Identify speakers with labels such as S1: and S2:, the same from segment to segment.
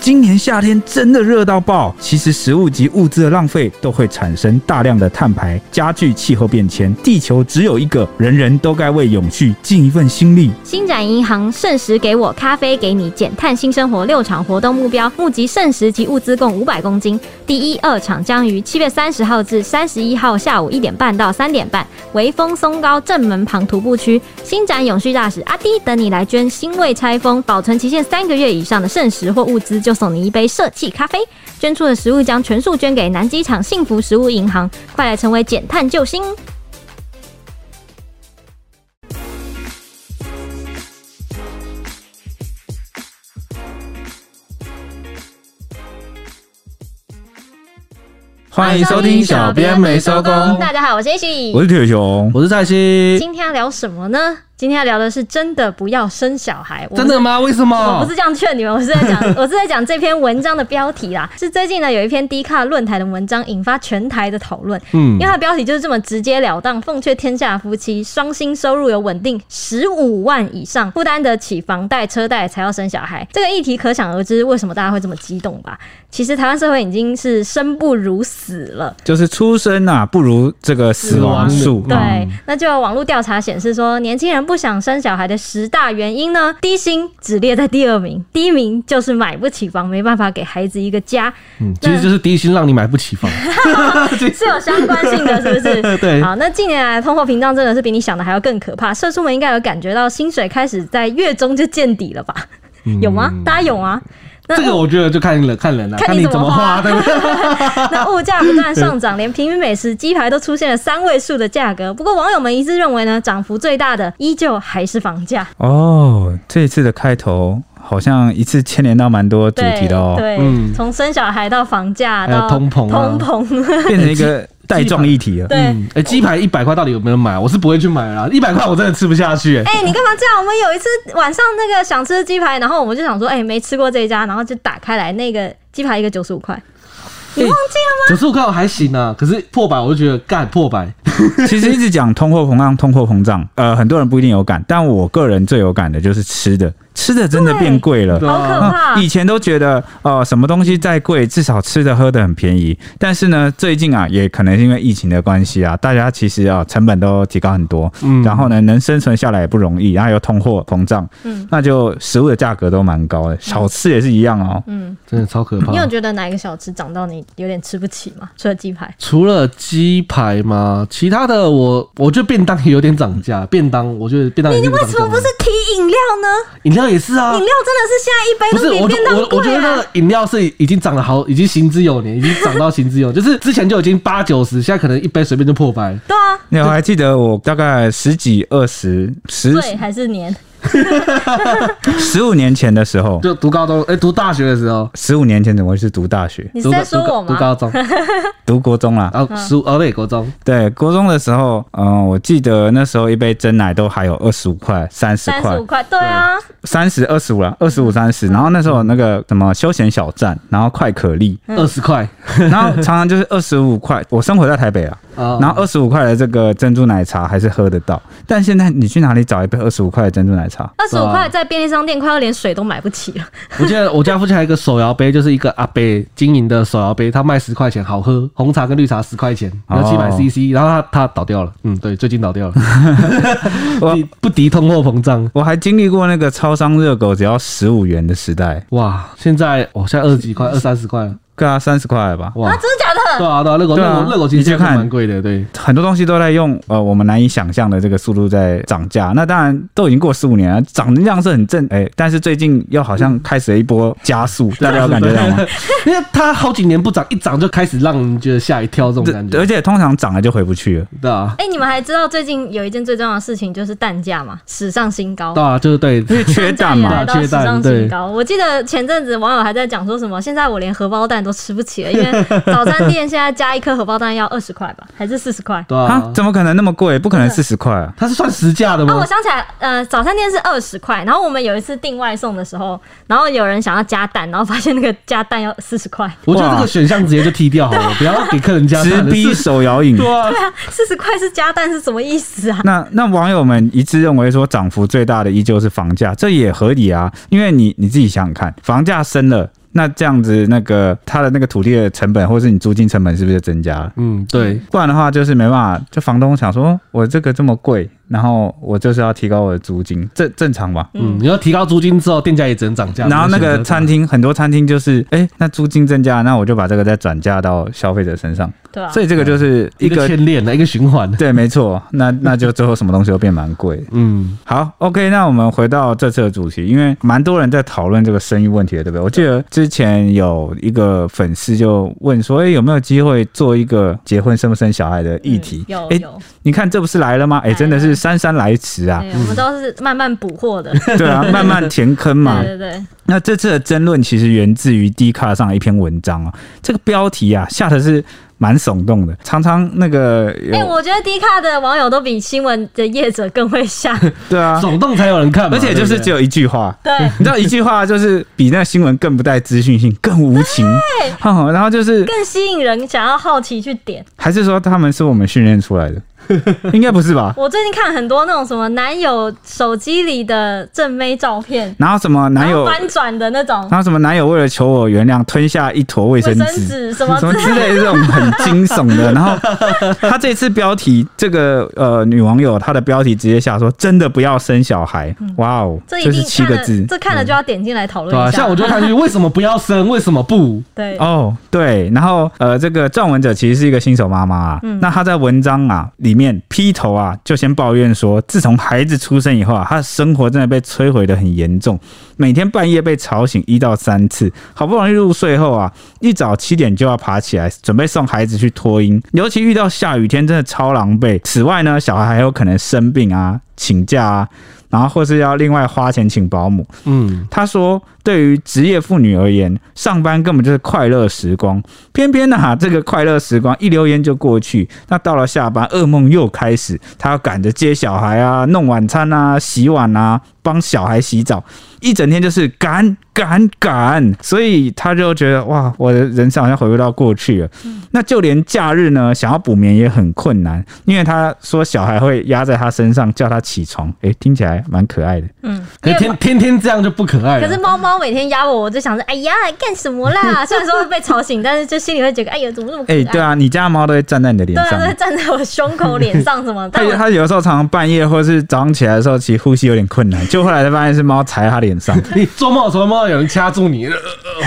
S1: 今年夏天真的热到爆。其实食物及物资的浪费都会产生大量的碳排，加剧气候变迁。地球只有一个，人人都该为永续尽一份心力。
S2: 星展银行剩时给我咖啡，给你减碳新生活六场活动目标，募集剩时及物资共五百公斤。第一、二场将于七月三十号至三十一号下午一点半到三点半，微风松高正门旁徒步区。星展永续大使阿迪等你来捐新味拆封，保存期限三个月以上的剩食或物资，就送你一杯社气咖啡。捐出的食物将全数捐给南机场幸福食物银行，快来成为减碳救星！
S3: 欢迎收听小编没收工
S2: 大家好，我是 H。
S1: 我是铁熊，
S3: 我是蔡西。
S2: 今天要聊什么呢？今天要聊的是真的不要生小孩。我不
S3: 真的哦吗？为什
S2: 我
S3: 么
S2: 不是？这样劝你们，我是在讲， 我是在讲这篇文章的标题啦。是最近呢有一篇低卡论坛的文章引发全台的讨论，
S3: 嗯
S2: 因为它的标题就是这么直截了当，奉劝天下夫妻双薪收入有稳定十五万以上，负担得起房贷车贷才要生小孩。这个议题可想而知，为什么大家会这么激动吧？其实台湾社会已经是生不如死了。
S1: 就是出生啊，不如这个死亡数。
S3: 嗯
S2: 对，那就有网络调查显示说，年轻人不想生小孩的十大原因呢，低薪只列在第二名，第一名就是买不起房，没办法给孩子一个家，
S3: 嗯，其实就是低薪让你买不 起房。
S2: 是有相关性的，是不是？
S3: 对，
S2: 好，那近年来通货膨胀真的是比你想的还要更可怕，社畜们应该有感觉到薪水开始在月中就见底了吧？有吗？大家有吗？那
S3: 嗯
S2: 哦
S3: 这个我觉得就看人看人了，
S2: 看
S3: 看
S2: 你
S3: 你
S2: 怎
S3: 怎
S2: 么
S3: 么
S2: 花
S3: 花，对不对？
S2: 那物价不断上涨，连平民美食鸡排都出现了三位数的价格。不过网友们一致认为呢，涨幅最大的依旧还是房价。
S1: 哦，这一次的开头好像一次牵连到蛮多主题的哦，
S2: 对，
S3: 嗯
S2: 从、生小孩到房价
S3: 还有
S2: 到
S3: 通膨啊
S2: 通膨，
S1: 变成一 个带状议题了。
S2: 对。
S3: 嗯，哎，鸡排一百块到底有没有买？我是不会去买啦，一百块我真的吃不下去。哎
S2: 哎、你干嘛这样？我们有一次晚上那个想吃的鸡排，然后我们就想说，哎、没吃过这一家，然后就打开来，那个鸡排一个九十五块，你忘记了
S3: 九十五块我还行啊，可是破百我就觉得干破百，
S1: 其实一直讲通货膨胀，通货膨胀，呃，很多人不一定有感，但我个人最有感的就是吃的，吃的真的变贵了。
S3: 对啊
S2: 吗？好可怕！
S1: 嗯以前都觉得，呃，什么东西再贵，至少吃的喝的很便宜。但是呢，最近啊，也可能是因为疫情的关系啊，大家其实啊成本都提高很多，
S3: 嗯
S1: 然后呢，能生存下来也不容易，然后又通货膨胀，
S2: 嗯
S1: 那就食物的价格都蛮高的，小吃也是一样哦。
S2: 嗯，
S3: 真的超可怕
S2: 你。有觉得哪一个小吃涨到你有点吃不起吗？除了鸡排，
S3: 除了鸡排嘛，其他的我我觉得便当也有点涨价，便当我觉得便当也有
S2: 你
S3: 点
S2: 为
S3: 涨
S2: 什
S3: 价
S2: 么不是提饮料呢？
S3: 饮料也是啊，
S2: 饮料真的是现在一杯
S3: 不
S2: 都
S3: 是，
S2: 比
S3: 我就
S2: 便
S3: 我
S2: 当
S3: 我觉
S2: 贵
S3: 得那
S2: 啊
S3: 个！饮料是已经涨了好，已经行之有年，已经涨到行之有，就是之前就已经八九十，现在可能一杯随便就破百。
S2: 对啊，
S1: 那我还记得我大概十几、二十、十
S2: 对还是年，
S1: 十五年前的时候，
S3: 就读高中，哎、读大学的时候，
S1: 十五年前怎么会是读大学？
S2: 你是
S3: 读
S2: 在
S3: 高
S2: 说我
S3: 读
S2: 吗？嗯
S3: 高读高中，
S1: 读国中啦，
S3: 然后十五，哦对，国中，
S1: 对，国中的时候，嗯，我记得那时候一杯真奶都还有二十五块、三十
S2: 三
S1: 块
S2: 十五、块，对啊，
S1: 三十、二十五了，二十五、三十。然后那时候有那个什么休闲小站，然后快可丽，
S2: 嗯
S3: 二十块
S1: 然后常常就是二十五块。我生活在台北啊，
S3: 啊，
S1: 然后二十五块的这个珍珠奶茶还是喝得到，但现在你去哪里找一杯二十五块的珍珠奶茶？
S2: 二十
S3: 对
S2: 五
S3: 啊
S2: 块在便利商店快要连水都买不起了。
S3: 我记得我家附近还有一个手摇杯，就是一个阿伯经营的手摇杯，他卖十块钱，好喝，红茶跟绿茶十块钱，然后七百
S1: 哦
S3: CC，然后他他倒掉了，嗯，对，最近倒掉了，
S1: 我
S3: 不不敌通货膨胀。
S1: 我还经历过那个超商热狗只要十五元的时代，
S3: 哇，现在我、哦、现在二十几块，二三十块了，
S1: 对啊，三十块了吧？
S3: 哇
S2: 啊，，真的假的？
S3: 对啊，对啊，热狗
S1: 对
S3: 热
S1: 啊
S3: 狗热狗其实
S1: 你去
S3: 真的
S1: 看
S3: 蛮贵的，对。
S1: 很多东西都在用呃我们难以想象的这个速度在涨价。那当然都已经过十五年了，涨的量是很正哎、但是最近又好像开始了一波加速，大家有感觉到吗？
S3: 因为它好几年不涨，一涨就开始让人觉得吓一跳，这种
S1: 对
S3: 感
S1: 而
S3: 觉，
S1: 且通常涨了就回不去了。
S3: 对啊，
S2: 哎、你们还知道最近有一件最重要的事情就是蛋价嘛，史上新高
S3: 对。啊，就是对，
S1: 因为 缺蛋
S2: 蛋价也来
S1: 嘛，
S2: 到
S3: 缺
S2: 史
S3: 蛋
S2: 上新
S3: 对
S2: 高。我记得前阵子网友还在讲说什么，现在我连荷包蛋都吃不起了，因为早餐店现在加一颗荷包蛋要二十块吧，还是四十块？
S3: 对
S1: 啊
S3: 啊，，
S1: 怎么可能那么贵？不可能四十块啊！
S3: 它是算实价的
S2: 啊，我
S3: 吗？
S2: 想起来，呃，早餐店是二十块，然后我们有一次订外送的时候，然后有人想要加蛋，然后发现那个加蛋要四十块，
S3: 我觉得这个选项直接就踢掉好了，不要给客人加
S1: 直
S3: 蛋，
S1: 逼
S3: 是
S1: 手摇饮。
S3: 对啊，
S2: 四十块是加蛋是什么意思啊？
S1: 那那网友们一致认为说，涨幅最大的依旧是房价，这也合理啊，因为你你自己想想看，房价升了，那这样子，那个它的那个土地的成本，或是你租金成本，是不是就增加了？
S3: 嗯，对，
S1: 不然的话，就是没办法，就房东想说，我这个这么贵，然后我就是要提高我的租金，这正常吧？
S3: 嗯，你要提高租金之后，店家也只能涨价。
S1: 然后那
S3: 没有选
S1: 个
S3: 择
S1: 餐厅，很多餐厅就是，哎、那租金增加，那我就把这个再转嫁到消费者身上，
S2: 对啊，
S1: 所以这个就是一
S3: 一
S1: 个
S3: 个牵连的一个循环。
S1: 对，没错，那那就最后什么东西都变蛮贵的。
S3: 嗯，
S1: 好，OK，那我们回到这次的主题，因为蛮多人在讨论这个生育问题的，对不对？我记得之前有一个粉丝就问说，哎、有没有机会做一个结婚生不生小孩的议题
S2: 嗯？有
S1: 哎、
S2: 有，
S1: 你看这不是来了吗？哎、
S2: 来了
S1: 真的是姗姗来迟啊！
S2: 对，我们都是慢慢补货的，
S1: 对啊，慢慢填坑 嘛。
S2: 对对对，
S1: 那这次的争论其实源自于 d 卡上的一篇文章啊，这个标题啊下的是蛮耸动的，常常那个有
S2: 哎、我觉得迪卡的网友都比新闻的业者更会 下，
S1: 对啊，
S3: 手动才有人看嘛，
S1: 而且就是只
S3: 有
S1: 有一句话，
S2: 对，
S1: 你知道一句话就是比那个新闻更不带资讯性，更无情。哼然后就是
S2: 更吸引人想要好奇去点。
S1: 还是说他们是我们训练出来 的？应该不是吧？
S2: 我最近看很多那种什么男友手机里的正妹照片，
S1: 然后什么男
S2: 然后
S1: 友，啊
S2: 翻转的那种
S1: 然后什么男友为了求我原谅，吞下一坨卫
S2: 哦卫
S1: 生
S2: 生
S1: 纸。
S2: 纸什么
S1: 什
S2: 之
S1: 么之类的这种很惊悚的，然后他这次标题，这个呃女网友她的标题直接下说“真的不要生小孩”，哇哦，
S2: 嗯这一
S1: 就
S2: 定
S1: 是七
S2: 看
S1: 个
S2: 了，
S1: 字嗯啊
S2: 这看了就要点进来讨论
S3: 对吧？
S2: 一下。
S3: 像我就看去，为什么不要生？为什么不？
S2: 对，
S1: 哦，对，然后呃，这个撰文者其实是一个新手妈妈啊，那她在文章啊里面劈头啊就先抱怨说，自从孩子出生以后啊，她的生活真的被摧毁的很严重，每天半夜被吵醒一到三次，好不容易入睡后啊，一早七点就要爬起来准备送孩子去托婴，尤其遇到下雨天真的超狼狈。此外呢，小孩还有可能生病啊、请假啊，然后或是要另外花钱请保姆。
S3: 嗯，
S1: 他说，对于职业妇女而言，上班根本就是快乐时光，偏偏呢、啊这个快乐时光一溜烟就过去。那到了下班，噩梦又开始，他要赶着接小孩啊，弄晚餐啊，洗碗啊，帮小孩洗澡，一整天就是赶赶赶，所以他就觉得哇，我的人生好像回不到过去了。那就连假日呢，想要补眠也很困难，因为他说小孩会压在他身上叫他起床，诶，听起来蛮可爱的。
S2: 嗯，
S3: 可
S2: 因
S3: 是
S2: 为
S3: 天天天这样就不可爱
S2: 可
S1: 啊
S3: 了。
S2: 是猫猫每天压我，我就想着，哎呀，干什么 啦？虽然说会被吵醒，但是就心里会觉得，哎呀，怎么那么可
S1: 哎、
S2: 爱？
S1: 对啊，你家的猫都会站在你的脸
S2: 对啊，
S1: 上
S2: 都。会站在我胸口、脸上什么，
S1: 它
S2: 但我
S1: 它有时候常常半夜或是早上起来的时候，其实呼吸有点困 难，就后来才发现是猫踩它脸上。
S3: 你做梦的时候，梦到有人掐住你，呃 呃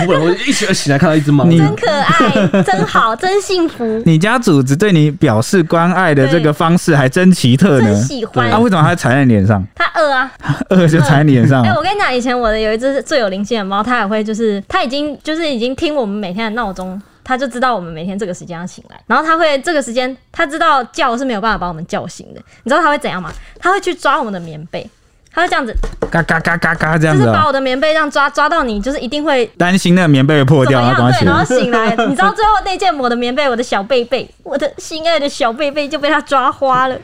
S3: 呃忽然我一醒醒来看到一只猫，
S1: 你
S2: 真可爱，真好，真幸福，
S1: 你家主子对你表示关爱的这个方式还真奇特呢
S2: 真，喜欢
S1: 啊，为什么它会踩在你脸上？
S2: 它饿啊！
S1: 饿就踩你脸上
S2: 哎、。我跟你讲，以前我的有一只最有灵性的猫，它也会就是它已经就是已经听我们每天的闹钟。它就知道我们每天这个时间要醒来，然后它会这个时间，它知道叫是没有办法把我们叫醒的。你知道它会怎样吗？它会去抓我们的棉被，它会这样子，
S1: 嘎嘎嘎嘎嘎这样
S2: 就
S1: 子
S2: 是
S1: 哦、
S2: 把我的棉被这样抓抓到你，就是一定会
S1: 担心那个棉被会破
S2: 怎
S1: 掉，啊
S2: 么
S1: 然后赶快
S2: 样对，
S1: 起
S2: 然后
S1: 来。
S2: 醒来，你知道最后那件我的棉被，我的小贝贝，我的心爱的小贝贝就被它抓花了。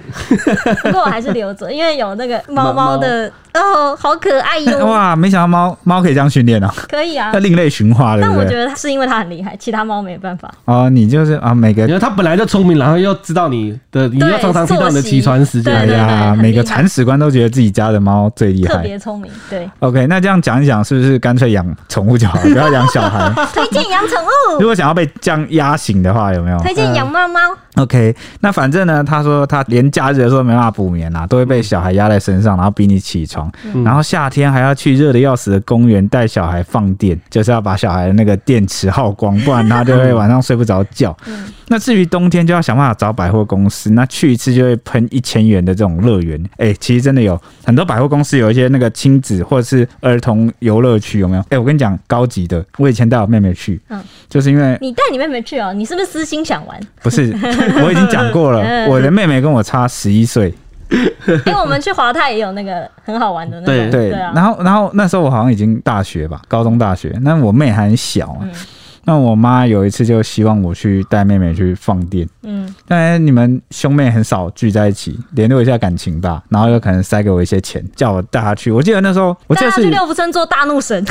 S2: 不过我还是留着，因为有那个猫猫的，哦，好可爱哟，
S1: 哇，没想到猫猫可以这样训练哦，
S2: 可以啊
S1: 要。另类驯化，对
S2: 但
S1: 不
S2: 我觉
S1: 对？
S2: 得是因为它很厉害，其他猫没办法。
S1: 哦，你就是啊，每
S3: 因
S1: 个
S3: 为它本来就聪明，然后又知道你的，你
S2: 对
S3: 要常常听到你的
S2: 作息
S3: 起床时
S2: 对
S1: 哎
S3: 间。
S2: 对对
S1: 呀，
S2: 很
S1: 每
S2: 厉
S1: 个
S2: 害
S1: 铲屎官都觉得自己家的猫最厉
S2: 特
S1: 害。
S2: 别聪明，对，
S1: OK，那这样讲一讲，是不是干脆养宠物就好，不要养小孩？
S2: 推荐养宠
S1: 如
S2: 物，
S1: 果想要被这样压醒的话，有没有
S2: 推荐养猫猫，
S1: ？OK，那反正呢，他说他连假日的时候没办法补眠啊啦、都会被小孩压在身上，然后逼你起床，
S3: 嗯
S1: 然后夏天还要去热的要死的公园带小孩放电，就是要把小孩的那个电池耗光，不然他就会晚上睡不着觉。
S2: 嗯
S1: 那至于冬天，就要想办法找百货公司，那去一次就会喷一千元的这种乐园。哎、其实真的有很多百货公司有一些那个亲子或者是儿童游乐区，有没有？哎、我跟你讲，高级的，我以前带我妹妹去，
S2: 嗯
S1: 就是因为
S2: 你带你妹妹去哦，你是不是私心想玩？
S1: 不 是，我已经讲过了，
S2: 嗯
S1: 我的妹妹跟我差十一岁，
S2: 因为我们去华泰也有那个很好玩的那
S3: 对
S2: 种，
S1: 对，
S2: 啊
S1: 然，后然后那时候我好像已经大学吧，高中大学，那我妹还很小啊。
S2: 嗯
S1: 那我妈有一次就希望我去带妹妹去放电，
S2: 嗯，
S1: 当然你们兄妹很少聚在一起，联络一下感情吧，然后有可能塞给我一些钱，叫我带她去。我记得那时候，我记
S2: 带
S1: 得
S2: 她
S1: 是
S2: 去，六福村做大怒神，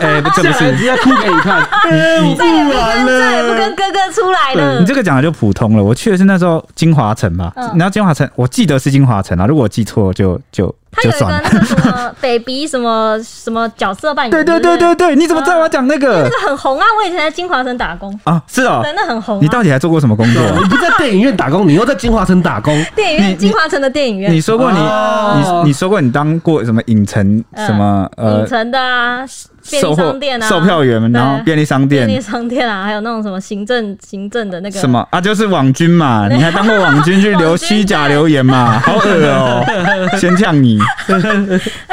S1: 哎、不这
S3: 下
S1: 不
S3: 来
S1: 是
S3: 直接哭给你 看，哎我不玩
S2: 再也不跟哥哥出来了
S1: 你。这个讲的就普通了。我去的是那时候金华城嘛，
S2: 嗯
S1: 你知道金华城，我记得是金华城啊，如果我记错就就
S2: 它
S1: 就
S2: 有一
S1: 算
S2: 个
S1: 了。
S2: 那个什么 baby 什么什么角色扮演，
S1: 对对对
S2: 不
S1: 对，对，你怎么知道我要讲那个
S2: 那个很红啊！我以前在金华城打工，
S1: 啊？是哦，
S2: 对，那很红、啊。
S1: 你到底还做过什么工作？
S3: 哦你不在电影院打工，你又在金华城打工，
S2: 电影
S1: 你
S2: 院，
S1: 你
S2: 金华城的电影院，
S1: 你说过你
S3: 哦
S1: 你你说过你当过什么影城
S2: 嗯
S1: 什么呃
S2: 影城的啊，便
S1: 售
S2: 利
S1: 货
S2: 商店
S1: 呃
S2: 啊，
S1: 售票员，然后
S2: 对
S1: 便利商
S2: 便利
S1: 店
S2: 商店啊，还有那种什么行政行政的那个
S1: 什么啊？就是网军嘛，你还当过网军去留
S2: 网军啊
S1: 虚假留言嘛？好恶哦， 先呛你
S2: 还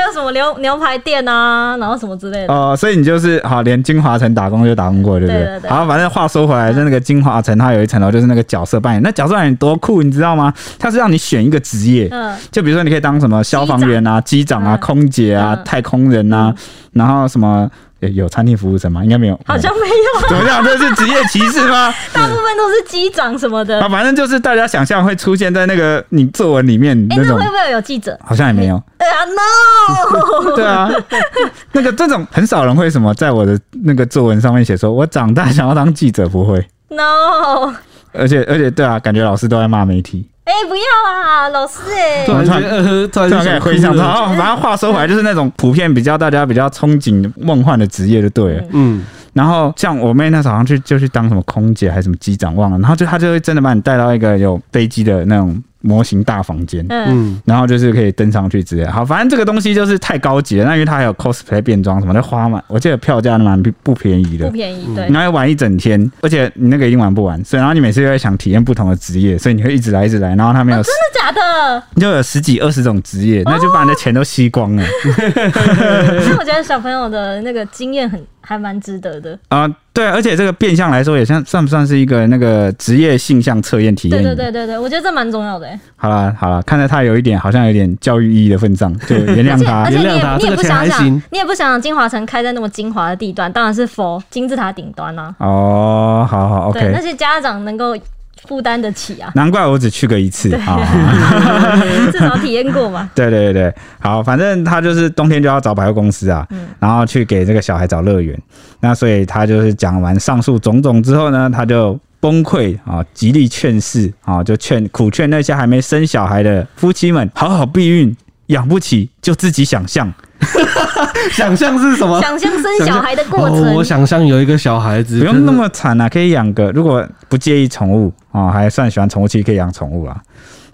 S2: 有什么牛牛排店啊，然后什么之类的。
S1: 哦，所以你就是好，连金华城打工就打工过，对不
S2: 对对
S1: 对？
S2: 对
S1: 好，反正话说回来，在那个金华城，它有一层楼就是那个角色扮演，那角色扮演多酷，你知道吗？它是让你选一个职业，
S2: 嗯，
S1: 就比如说，你可以当什么消防员啊、机长啊、
S2: 嗯
S1: 空姐啊、
S2: 嗯
S1: 太空人啊，然后什么诶有餐厅服务生吗？应该没有，嗯
S2: 好像没有，啊
S1: 怎么样？这是职业歧视 吗？
S2: 大部分都是机长什么的。
S1: 啊，反正就是大家想象会出现在那个你作文里面那
S2: 哎、那
S1: 种
S2: 会，不会有记者？
S1: 好像也没有。
S2: 哎呀 ，no！
S1: 对啊，那个这种很少人会什么在我的那个作文上面写说，我长大想要当记者，不会。
S2: No！
S1: 而且而且，对啊，感觉老师都在骂媒体。
S2: 哎、不要啦，老师哎、
S3: 突然间呃，突然
S1: 突然开
S3: 间
S1: 始
S3: 想哭
S1: 回想到，
S3: 了
S1: 哦，反正话说回来，就是那种普遍比较大家比较憧憬梦幻的职业就对了。
S3: 嗯，
S1: 然后像我妹那时候好像去就去当什么空姐还是什么机长忘了，然后就她就会真的把你带到一个有飞机的那种模型大房间，
S2: 嗯，
S3: 嗯，
S1: 然后就是可以登上去之类的。好，反正这个东西就是太高级了，那因为它还有 cosplay 变装什么的，花嘛，我记得票价蛮不不便宜
S2: 不
S1: 的。
S2: 便宜，对
S1: 然，后要玩一整天，而且你那个已经玩不完，所以然后你每次又会想体验不同的职业，所以你会一直来一直来，然后他们有、
S2: 哦真的假的？
S1: 就有十几二十种职业，那就把你的钱都吸光了。
S2: 其实我觉得小朋友的那个经验很还蛮值得的。
S1: 啊、对，而且这个变相来说，也算算不算是一个那个职业性向测验体验
S2: 对
S1: 营？
S2: 对对对对，我觉得这蛮重要的、哎
S1: 好啦好啦，看在他有一点好像有点教育意义的份上，就原谅他
S2: 而。且
S3: 原
S2: 你
S3: 谅
S2: 也
S3: 他
S2: 你也
S3: 这
S2: 不
S3: 个钱
S2: 想
S3: 还
S2: 想
S3: 行，
S2: 你也不想想金华城开在那么精华的地段，当然是佛金字塔顶端啊。
S1: 哦，好好
S2: 对，那
S1: ，OK。，
S2: 些家长能够负担得起 啊
S1: 难怪我只去过一次啊！
S2: 至少体验过 嘛。
S1: 对对对对，好，反正他就是冬天就要找百货公司啊，然后去给这个小孩找乐园。那所以他就是讲完上述种种之后呢，他就崩溃啊，极力劝世啊，就劝苦劝那些还没生小孩的夫妻们好好避孕，养不起就自己想象。
S3: 想象是什么？
S2: 想象生小孩的过
S3: 哦
S2: 程，
S3: 我想象有一个小孩子，
S1: 不
S3: 就是
S1: 用那么惨啊，可以养个，如果不介意宠物啊、哦还算喜欢宠物，其实可以养宠物啊。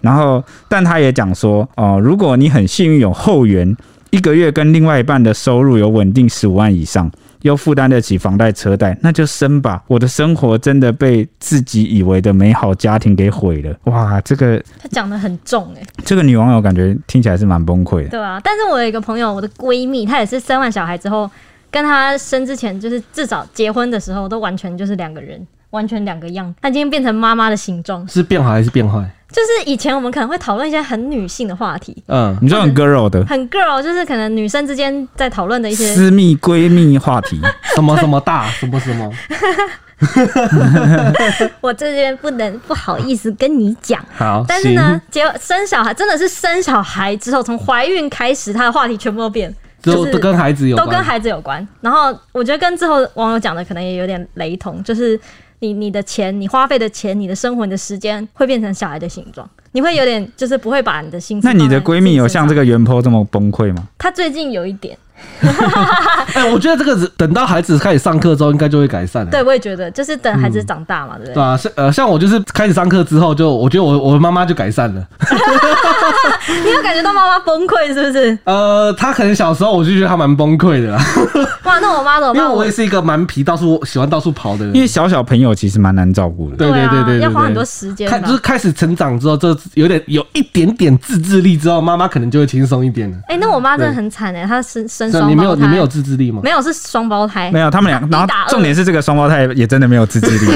S1: 然后，但他也讲说，哦，如果你很幸运有后援，一个月跟另外一半的收入有稳定十五万以上，又负担得起房贷车贷，那就生吧。我的生活真的被自己以为的美好家庭给毁了。哇，这个
S2: 他讲的很重哎、
S1: 这个女网友感觉听起来是蛮崩溃的。
S2: 对啊。但是我有一个朋友，我的闺蜜，她也是生完小孩之后，跟她生之前，就是至少结婚的时候，都完全就是两个人。完全两个样，她今天变成妈妈的形状，
S3: 是变好还是变坏？
S2: 就是以前我们可能会讨论一些很女性的话题，
S3: 嗯，
S1: 你知道很 girl 的
S2: 很 girl，就是可能女生之间在讨论的一些
S1: 私密闺蜜话题，
S3: 什么什么 大，什么什么，
S2: 我这边不能不好意思跟你讲，
S3: 好，
S2: 但是呢，结生小孩真的是生小孩之后，从怀孕开始，他的话题全部都变，
S3: 行，
S2: 就
S3: 都
S2: 是
S3: 都跟孩子有
S2: 都
S3: 关，
S2: 跟孩子有关。然后我觉得跟之后网友讲的可能也有点雷同，就是你你的钱、你花费的钱、你的生活、你的时间会变成小孩的形状，你会有点就是不会把你的心思
S1: 那
S2: 放在
S1: 你
S2: 自己身上。
S1: 的闺蜜有像这个原坡这么崩溃吗？
S2: 她最近有一点，
S3: 哎、我觉得这个只等到孩子开始上课之后，应该就会改善了。
S2: 对我也觉得，就是等孩子长大嘛，对不
S3: 对
S2: 对？
S3: 啊，像呃，像我就是开始上课之后就，我觉得我我妈妈就改善了。
S2: 你有感觉到妈妈崩溃是不是？
S3: 呃，她可能小时候我就觉得她蛮崩溃的啦，
S2: 哇，那我妈怎么
S3: 因为
S2: 办？
S3: 我也是一个蛮皮，到处喜欢到处跑
S2: 嗯
S3: 的人。
S1: 因为小小朋友其实蛮难照顾的。
S3: 对对
S2: 啊
S3: 对对对
S2: 要花很
S3: 对
S2: 多时间吧。
S3: 看就是开始成长之后，这有点有一点点自制力之后，妈妈可能就会轻松一点了。
S2: 哎、那我妈真的很惨哎、她生生
S3: 是啊
S2: 双胞胎，
S3: 你没有你没有自制力吗？
S2: 没有是双胞胎
S1: 哦没，有，他们俩，然后
S2: 打二
S1: 重点是这个双胞胎也真的没有自制 力，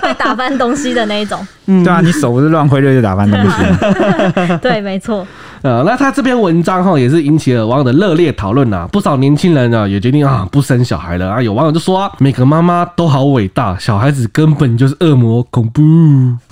S2: 会打翻东西的那一 种。
S1: 对啊，你手不是乱挥就就打翻东西，
S2: 对，没错，
S3: 呃，那他这篇文章哈也是引起了网友的热烈讨论啊，不少年轻人啊也决定啊不生小孩了啊，有网友就说、啊、每个妈妈都好伟大，小孩子根本就是恶魔，恐怖。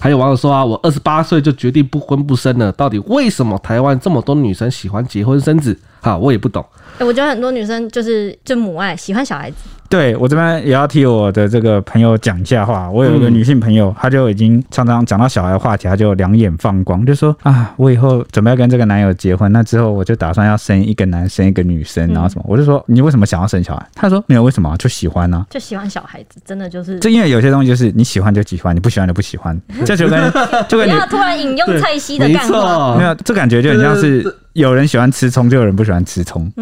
S3: 还有网友说啊，我二十八岁就决定不婚不生了，到底为什么台湾这么多女生喜欢结婚生子？哈，我也不懂。
S2: 哎、我觉得很多女生就是就母爱喜欢小孩子，
S1: 对我这边也要替我的这个朋友讲一下话。我有一个
S3: 嗯
S1: 女性朋友，她就已经常常讲到小孩的话题，她就两眼放光，就说啊，我以后准备要跟这个男友结婚，那之后我就打算要生一个男生一个女生，
S2: 嗯
S1: 然后什么。我就说你为什么想要生小孩？她说没有，为什么啊就喜欢啊。
S2: 就喜欢小孩子，真的就是
S1: 这因为有些东西就是你喜欢啊就喜欢，你不喜欢就不喜欢， 这就跟就
S2: 不
S1: 跟你
S2: 要突然引用蔡西的
S3: 没
S2: 干话，
S1: 没
S3: 错，
S1: 有这感啊觉就很像
S3: 对对对
S1: 是有人喜欢吃葱，就有人不喜欢吃葱。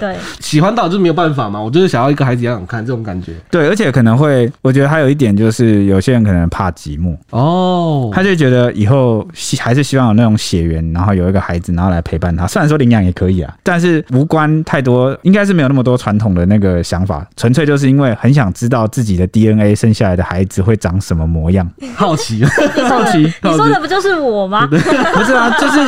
S2: 对，
S3: 喜欢到就是没有办法嘛，我就是想要一个孩子养养看这种感觉
S1: 对，而且可能会，我觉得还有一点就是有些人可能怕寂寞，
S3: 哦。
S1: 他就觉得以后希还是希望有那种血缘，然后有一个孩子，然后来陪伴他。虽然说领养也可以啊，但是无关太多，应该是没有那么多传统的那个想法，纯粹就是因为很想知道自己的 DNA 生下来的孩子会长什么模 样。
S3: 好奇，好奇，
S2: 你
S3: 好
S2: 说
S3: 奇
S2: 的不就是我吗？
S1: 不是啊，就是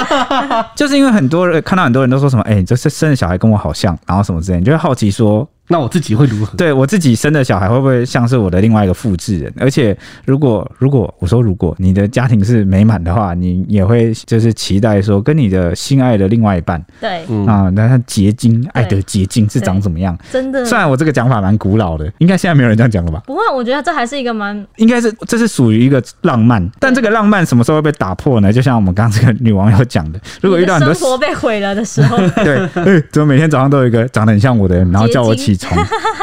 S1: 就是因为很多人看到很多人都说什么，哎、你这生生的小孩跟我好像，然后什么之类，你就会好奇说，
S3: 那我自己会如何？
S1: 对我自己生的小孩会不会像是我的另外一个复制人？而且如果如果我说如果你的家庭是美满的话，你也会就是期待说跟你的心爱的另外一半
S2: 对，
S3: 嗯
S1: 啊，那他结晶爱的结晶是长
S2: 对
S1: 怎么样？
S2: 真的
S1: 虽然我这个讲法蛮古老的，应该现在没有人这样讲了吧？
S2: 不过我觉得这还是一个蛮
S1: 应该是这是属于一个浪漫，但这个浪漫什么时候会被打破呢？就像我们刚刚这个女网友 讲的，如果遇到
S2: 你
S1: 很
S2: 的
S1: 多
S2: 生活被毁了的时 候，
S1: 对，哎怎么每天早上都有一个长得很像我的人，然后叫我
S2: 结晶
S1: 起床，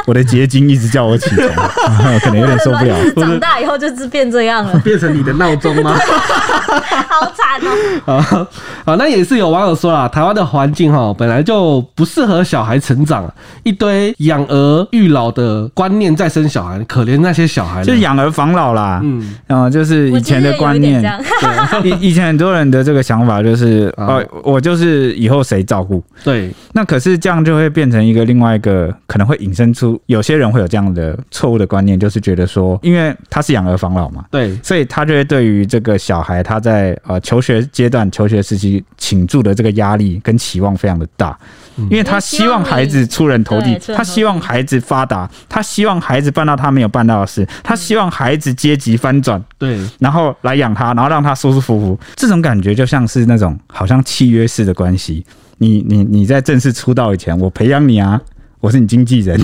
S1: 我的结晶一直叫我起 床，啊可能有点受不了。
S2: 长大以后就是变这 样了，
S3: 变成你的闹钟 吗？
S2: 好惨哦！
S3: 啊 啊，那也是有网友说啦，台湾的环境哈本来就不适合小孩成长，啊一堆养儿育老的观念在生小孩，可怜那些小孩了。
S1: 就是养儿防老啦，
S3: 嗯，
S1: 嗯、就是以前的观念
S2: 我记得有一点这，样，
S1: 以以前很多人的这个想法就是，
S3: 啊
S1: 呃，我就是以后谁照顾。
S3: 对，
S1: 那可是这样就会变成一个另外一个可能会引申出有些人会有这样的错误的观念，就是觉得说，因为他是养儿防老嘛，
S3: 对，
S1: 所以他就会对于这个小孩他在呃求学阶段、求学时期倾注的这个压力跟期望非常的大，
S3: 嗯
S1: 因为他希望孩子出人头地
S2: 对出人头地，
S1: 他希望孩子发达，他希望孩子办到他没有办到的事，他希望孩子阶级翻转，
S3: 对，
S1: 然后来养他，然后让他舒舒服服。这种感觉就像是那种好像契约式的关系，你你你在正式出道以前，我培养你啊。我是你经纪人，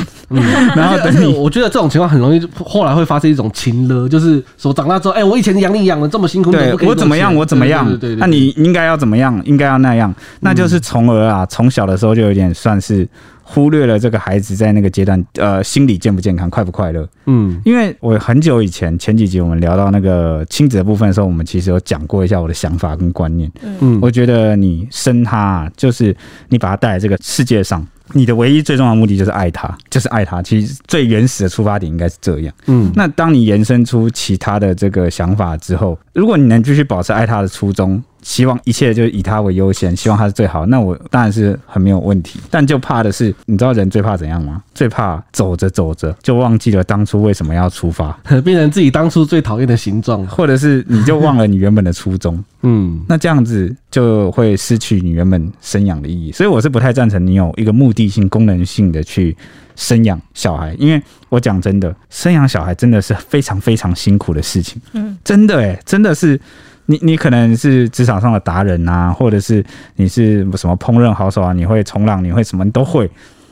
S1: 然后
S3: 而
S1: 等
S3: 且
S1: 你
S3: 我觉得这种情况很容易，后来会发生一种情勒，就是说长大之后，哎、我以前养你养的这么辛苦，你
S1: 对
S3: 不可以
S1: 我怎么样，我怎么样
S3: 对对对对，嗯对
S1: 那你应该要怎么样，应该要那样，那就是从而
S3: 嗯
S1: 啊，从小的时候就有点算是忽略了这个孩子在那个阶段，呃，心理健不健康，快不快乐。
S3: 嗯，
S1: 因为我很久以前前几集我们聊到那个亲子的部分的时候，我们其实有讲过一下我的想法跟观念。
S3: 嗯
S1: 我觉得你生他啊，就是你把他带来这个世界上。你的唯一最重要的目的就是爱他，就是爱他。其实最原始的出发点应该是这样。
S3: 嗯
S1: 那当你延伸出其他的这个想法之后，如果你能继续保持爱他的初衷，希望一切就是以他为优先，希望他是最好，那我当然是很没有问题。但就怕的是，你知道人最怕怎样吗？最怕走着走着就忘记了当初为什么要出发，
S3: 变成自己当初最讨厌的形状，
S1: 或者是你就忘了你原本的初衷。
S3: 嗯，
S1: 那这样子就会失去你原本生养的意义，所以我是不太赞成你有一个目的性、功能性的去生养小孩，因为我讲真的，生养小孩真的是非常非常辛苦的事情，
S2: 嗯，
S1: 真的诶、真的是你你可能是职场上的达人啊，或者是你是什么烹饪好手啊，你会冲浪，你会什么你都会，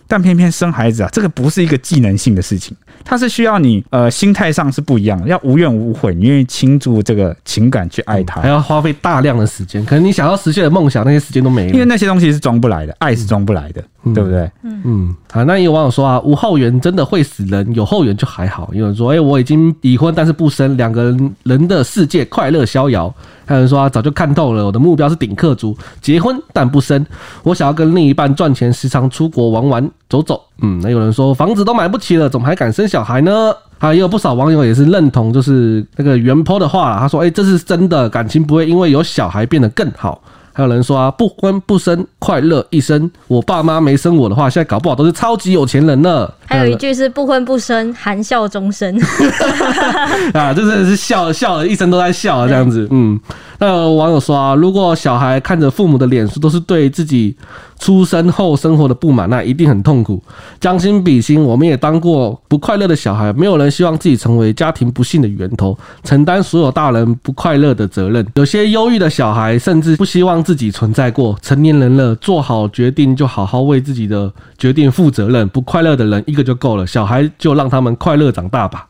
S1: 但偏偏生孩子啊，这个不是一个技能性的事情，它是需要你呃心态上是不一样的，要无怨无悔，你愿意倾注这个情感去爱他，
S3: 还要花费大量的时间，可能你想要实现的梦想，那些时间都没了。
S1: 因为那些东西是装不来的，爱是装不来的，
S3: 嗯
S1: 对不对？
S3: 嗯，好，那也有网友说啊，无后援真的会死人，有后援就还好。有人说，哎、我已经已婚，但是不生，两个人人的世界快乐逍遥。还有人说、啊，早就看透了，我的目标是顶客族，结婚但不生，我想要跟另一半赚钱，时常出国玩玩走走。嗯，那有人说，房子都买不起了，怎么还敢生小孩呢？啊，也有不少网友也是认同，就是那个原 po 的话啦，他说，哎、这是真的，感情不会因为有小孩变得更好。还有人说啊，不婚不生，快乐一生。我爸妈没生我的话，现在搞不好都是超级有钱人了。
S2: 还
S1: 呃
S2: 有一句是不婚不生，含笑终身。
S3: 啊，这真的是笑笑了，一生都在笑啊，这样子。嗯，那有网友说啊，如果小孩看着父母的脸书都是对自己出生后生活的不满，那一定很痛苦。将心比心，我们也当过不快乐的小孩，没有人希望自己成为家庭不幸的源头，承担所有大人不快乐的责任。有些忧郁的小孩甚至不希望自己存在过。成年人了，做好决定就好好为自己的决定负责任。不快乐的人一个就够了，小孩就让他们快乐长大吧。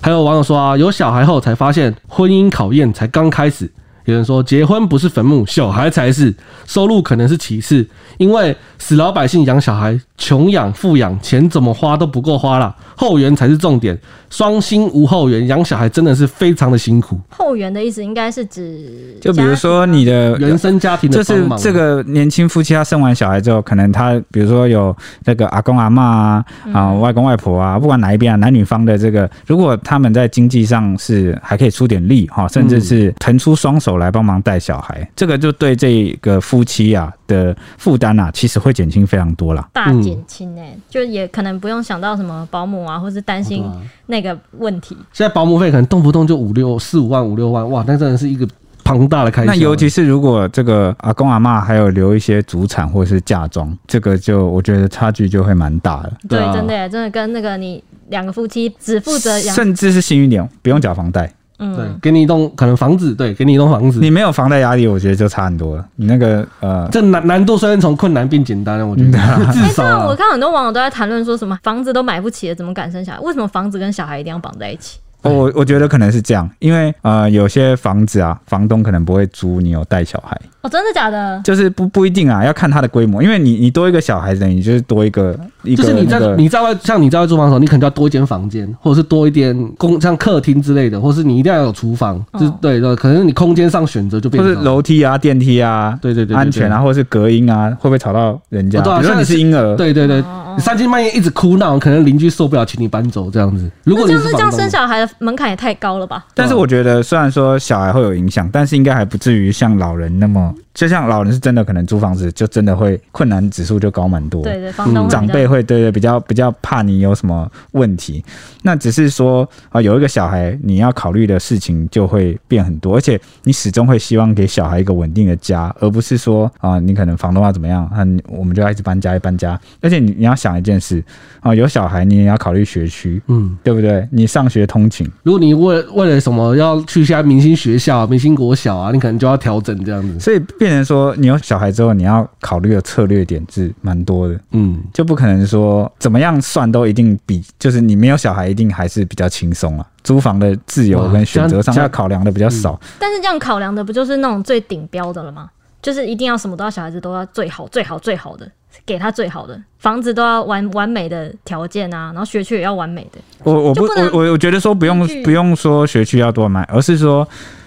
S3: 还有网友说啊，有小孩后才发现婚姻考验才刚开始。有人说结婚不是坟墓，小孩才是，收入可能是其次，因为死老百姓养小孩，穷养富养，钱怎么花都不够花啦，后援才是重点。双薪无后援，养小孩真的是非常的辛苦。
S2: 后援的意思应该是指，
S1: 就比如说你的
S3: 原生嗯家庭啊
S1: 就
S3: 的
S1: 是
S3: 帮忙，啊
S1: 这个年轻夫妻，他生完小孩之后，可能他比如说有那个阿公阿嬷啊、
S3: 嗯
S1: 啊、外公外婆啊，不管哪一边啊，男女方的这个，如果他们在经济上是还可以出点力哈，甚至是腾出双手来帮忙带小孩，这个就对这个夫妻啊的负担啊，其实会减轻非常多
S3: 嗯
S1: 啦。
S2: 大减轻哎，就也可能不用想到什么保姆啊，或是担
S3: 哦
S2: 心那个问题。
S3: 现在保姆费可能动不动就五六四五万五六万，哇，那真的是一个庞大的开销。啊
S1: 那尤其是如果这个阿公阿嬷还有留一些祖产或是嫁妆，这个就我觉得差距就会蛮大的。
S3: 对
S2: 对
S3: 啊，
S2: 真的欸耶真的跟那个你两个夫妻只负责养，
S1: 甚至是幸运一点，不用缴房贷，
S3: 对
S2: 嗯，，
S3: 给你一栋可能房子，对，给你一栋房子，
S1: 你没有房贷压力，我觉得就差很多了。你那个呃，
S3: 这难难度虽然从困难变简单了，
S1: 嗯
S3: 我觉得 至
S2: 哎，
S3: 少
S2: 真
S3: 啊
S2: 的，我看很多网友都在谈论说什么房子都买不起了，怎么敢生小孩？为什么房子跟小孩一定要绑在一起？
S1: 我我觉得可能是这样，因为呃，有些房子啊，房东可能不会租你有带小孩，
S2: 哦，真的假的？
S1: 就是不不一定啊，要看它的规模，因为你你多一个小孩，等于就是多一个一
S3: 就
S1: 个
S3: 是你
S1: 那
S3: 在
S1: 个
S3: 你在外像你在外租房的时候，你可能就要多一间房间，或者是多一点公像客厅之类的，或是你一定要有厨房，就是
S2: 哦
S3: 对对，可能你空间上选择就变
S1: 或
S3: 成
S1: 是楼梯啊、电梯啊，
S3: 对对对对
S1: 安全啊，或者是隔音啊，会不会吵到人家？
S3: 哦对啊
S1: 比如说你是婴儿，
S3: 对对对
S2: 哦，
S3: 你三更半夜一直哭闹，可能邻居受不了，请你搬走这样子。如
S2: 那
S3: 果
S2: 这
S3: 你
S2: 样
S3: 是
S2: 这样
S3: 房东
S2: 生小孩的门槛也太高了吧？
S1: 但是我觉得，虽然说小孩会有影响，但是应该还不至于像老人那么，就像老人是真的可能租房子就真的会困难指数就高蛮
S3: 哦
S1: 多。
S2: 对对，房
S3: 嗯
S2: 东会比较
S1: 长辈会对对比较比较怕你有什么问题，那只是说啊、有一个小孩，你要考虑的事情就会变很多，而且你始终会希望给小孩一个稳定的家，而不是说啊、你可能房东要怎么样，嗯、我们就要一直搬家一直搬家，而且你你要想一件事啊、有小孩你也要考虑学区，
S3: 嗯，
S1: 对不对？你上学通勤，
S3: 如果你为了为了什么要去一下明星学校、啊、明星国小啊，你可能就要调整这样子。
S1: 所以变成说你有小孩之后，你要考虑的策略点是蛮多的。
S3: 嗯，
S1: 就不可能说怎么样算都一定比，就是你没有小孩一定还是比较轻松啊。租房的自由跟选择上
S3: 哦哇这样嗯
S1: 要考量的比较少，
S2: 但是这样考量的不就是那种最顶标的了吗？就是一定要什么都要小孩子都要最好最好最好的，给他最好的房子都要完完美的条件啊，然后学区也要完美的。
S1: 我我不
S2: 就不能
S1: 我我我觉得说不用
S2: 依据
S1: 不用说学区要多买，而是说。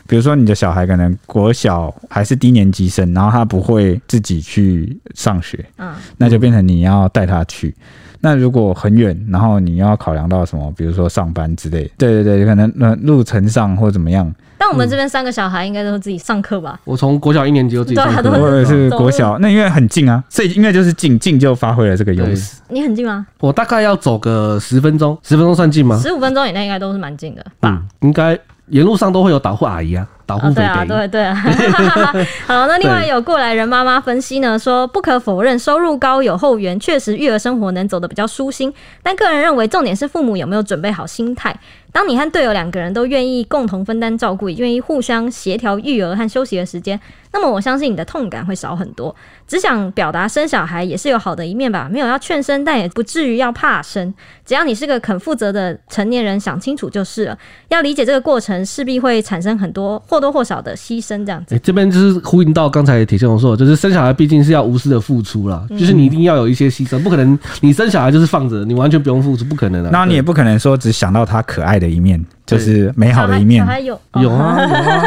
S1: 比如说，你的小孩可能国小还是低年级生，然后他不会自己去上学，
S2: 嗯，
S1: 那就变成你要带他去。那如果很远，然后你要考量到什么，比如说上班之类的，对对对，可能呃路程上或怎么样，
S2: 但我们这边三个小孩应该都是自己上课吧？
S3: 我从国小一年级就自己上
S2: 对啊
S1: 或
S2: 都
S3: 课，
S1: 者是国小，那因为很近啊，所以应该就是近近就发挥了这个优势。
S2: 你很近吗？
S3: 我大概要走个十分钟，十分钟算近吗？
S2: 十五分钟以内应该都是蛮近的吧？
S3: 嗯，应该沿路上都会有导护阿姨啊，导护
S2: 啊，
S3: 北
S2: 对啊，
S3: 北。
S2: 对对 啊。好，那另外有过来人妈妈分析呢，说不可否认，收入高有后援，确实育儿生活能走得比较舒心。但个人认为，重点是父母有没有准备好心态。当你和队友两个人都愿意共同分担照顾，也愿意互相协调育儿和休息的时间，那么我相信你的痛感会少很多。只想表达生小孩也是有好的一面吧，没有要劝生，但也不至于要怕生。只要你是个肯负责的成年人，想清楚就是了。要理解这个过程，势必会产生很多或多或少的牺牲，这样子。
S3: 哎、这边就是呼应到刚才铁先生说的，就是生小孩毕竟是要无私的付出啦，
S2: 嗯
S3: 就是你一定要有一些牺牲，不可能你生小孩就是放着，你完全不用付出，不可能的、啊。
S1: 然后你也不可能说只想到他可爱的一面，就是美好
S2: 小
S1: 的
S2: 孩
S1: 一面
S2: 小。孩有
S3: 对有
S2: 哦
S3: 啊，有啊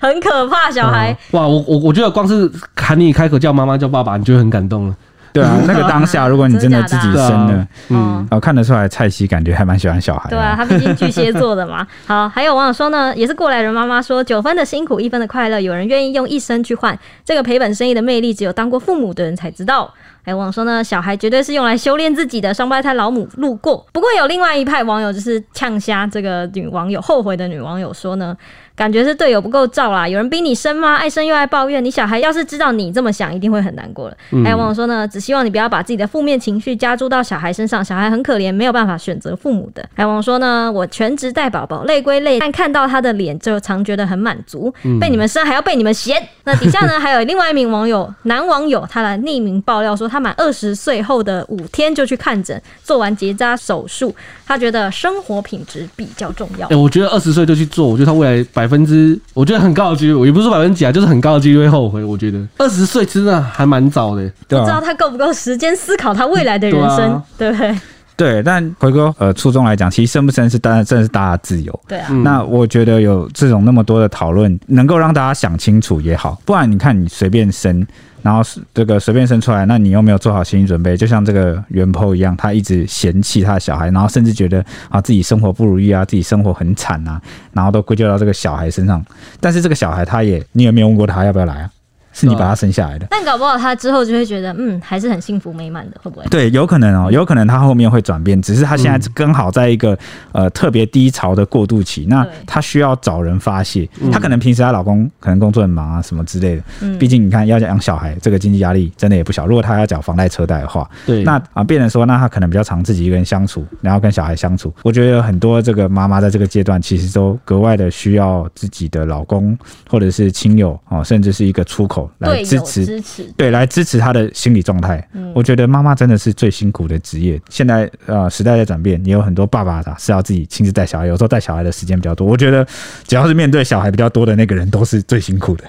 S2: 很可怕。小孩、
S3: 哇，我我我觉得光是喊你开口叫妈妈叫爸爸，你就会很感动了。
S1: 对啊，那个当下，如果你真的自己
S3: 对
S1: 生了
S3: 啊，，嗯，
S1: 哦，看得出来蔡西感觉还蛮喜欢小孩的
S2: 对啊，
S1: 啊。
S2: 他毕竟巨蟹座的 嘛。好，还有网友说呢，也是过来人妈妈说，九分的辛苦，一分的快乐，有人愿意用一生去换。这个赔本生意的魅力，只有当过父母的人才知道。还有网友说呢，小孩绝对是用来修炼自己的，双胞胎老母路过。不过有另外一派网友就是呛瞎这个女网友，后悔的女网友说呢，感觉是队友不够照啦，有人逼你生吗？爱生又爱抱怨，你小孩要是知道你这么想，一定会很难过了。
S1: 嗯
S2: 还有网友说呢，只希望你不要把自己的负面情绪加注到小孩身上，小孩很可怜，没有办法选择父母的。还有网友说呢，我全职带宝宝，累归累，但看到他的脸就常觉得很满足，被你们生还要被你们嫌。那底下呢，还有另外一名网友，男网友，他来匿名爆料说，他他满二十岁后的五天就去看诊，做完结扎手术，他觉得生活品质比较重要
S3: 哎、。我觉得二十岁就去做，我觉得他未来百分之，我觉得很高的几率，我也不是说百分之几啊，就是很高的几率会后悔。我觉得二十岁真的还蛮早的，
S1: 对
S2: 不知
S1: 啊
S2: 道，他够不够时间思考他未来的人生，对不对？
S1: 对。但回归呃初衷来讲，其实生不生是当然真的是大家自由。
S2: 对啊，
S3: 嗯
S1: 那我觉得有这种那么多的讨论，能够让大家想清楚也好，不然你看你随便生，然后是这个随便生出来，那你又没有做好心理准备，就像这个袁剖一样，他一直嫌弃他的小孩，然后甚至觉得啊自己生活不如意啊，自己生活很惨啊，然后都归咎到这个小孩身上。但是这个小孩他也，你也没有问过他要不要来啊，是你把他生下来的。
S2: 但搞不好他之后就会觉得，嗯，还是很幸福美满的，会不会？
S1: 对，有可能哦，有可能他后面会转变，只是他现在刚好在一个、呃特别低潮的过渡期，那
S2: 对
S1: 他需要找人发泄。他可能平时她老公可能工作很忙啊，什么之类的。
S2: 嗯
S1: 毕竟你看要养小孩，这个经济压力真的也不小。如果他要缴房贷车贷的话，
S3: 对，
S1: 那啊，变成说，那他可能比较常自己一个人相处，然后跟小孩相处。我觉得很多这个妈妈在这个阶段，其实都格外的需要自己的老公或者是亲友哦，甚至是一个出口来
S2: 队
S1: 支
S2: 友
S1: 持
S2: 支持，
S1: 对，来支持他的心理状态。
S2: 嗯
S1: 我觉得妈妈真的是最辛苦的职业。现在呃，时代在转变，也有很多爸爸啊是要自己亲自带小孩，有时候带小孩的时间比较多。我觉得只要是面对小孩比较多的那个人，都是最辛苦的，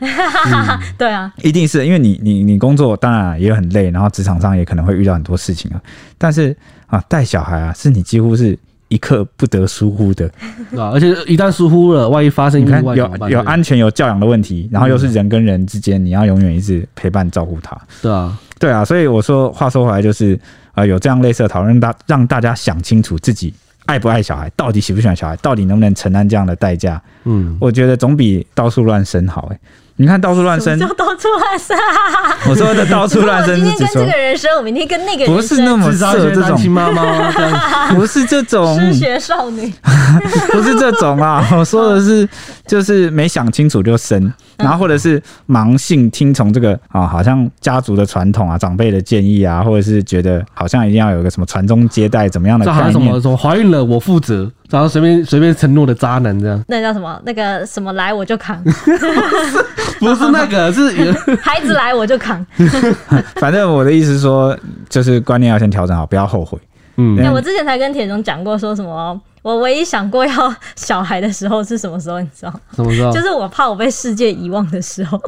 S2: 对 啊，
S1: 一定是因为你你你工作当然也很累，然后职场上也可能会遇到很多事情啊。但是啊，带小孩啊，是你几乎是。一刻不得疏忽的，
S3: 对啊，而且一旦疏忽了，万一发生
S1: 你
S3: 意
S1: 看
S3: 外怎么
S1: 有
S3: 办？
S1: 有安全有教养的问题，然后又是人跟人之间，你要永远一直陪伴照顾他。
S3: 对啊，
S1: 对啊，所以我说，话说回来，就是呃，有这样类似的讨论，大让大家想清楚自己爱不爱小孩，到底喜不喜欢小孩，到底能不能承担这样的代价？
S3: 嗯，
S1: 我觉得总比到处乱生好、欸。你看到处乱生，
S2: 就到处乱撒。
S1: 我说的到处
S2: 如果
S1: 乱
S2: 我
S1: 生
S2: 今
S1: 是
S2: 天
S1: 指
S2: 跟
S1: 说
S2: 这个人生，我明天跟那个人生，
S1: 不是那么
S3: 至少
S1: 色
S3: 一些
S1: 这
S3: 单亲
S1: 种，
S3: 妈妈这样，
S1: 不是这种，
S2: 失学少女，
S1: 不是这种 啊。我说的是，就是没想清楚就生，然
S2: 嗯
S1: 后或者是盲性听从这个啊，好像家族的传统啊、长辈的建议啊，或者是觉得好像一定要有一个什么传宗接代怎么样的
S3: 这好
S1: 概
S3: 像什
S1: 念
S3: 么。什么怀孕了我负责，然后随便随便承诺的渣男这样，
S2: 那叫什么？那个什么来我就扛，
S3: 不是那个是有
S2: 孩子来我 就扛。
S1: 反正我的意思是说，就是观念要先调整好，不要后悔。
S3: 嗯
S2: 哎、我之前才跟铁总讲过，说什么我唯一想过要小孩的时候是什么时候？你知道吗？
S1: 哦
S3: 什么时候？
S2: 就是我怕我被世界遗忘的时候。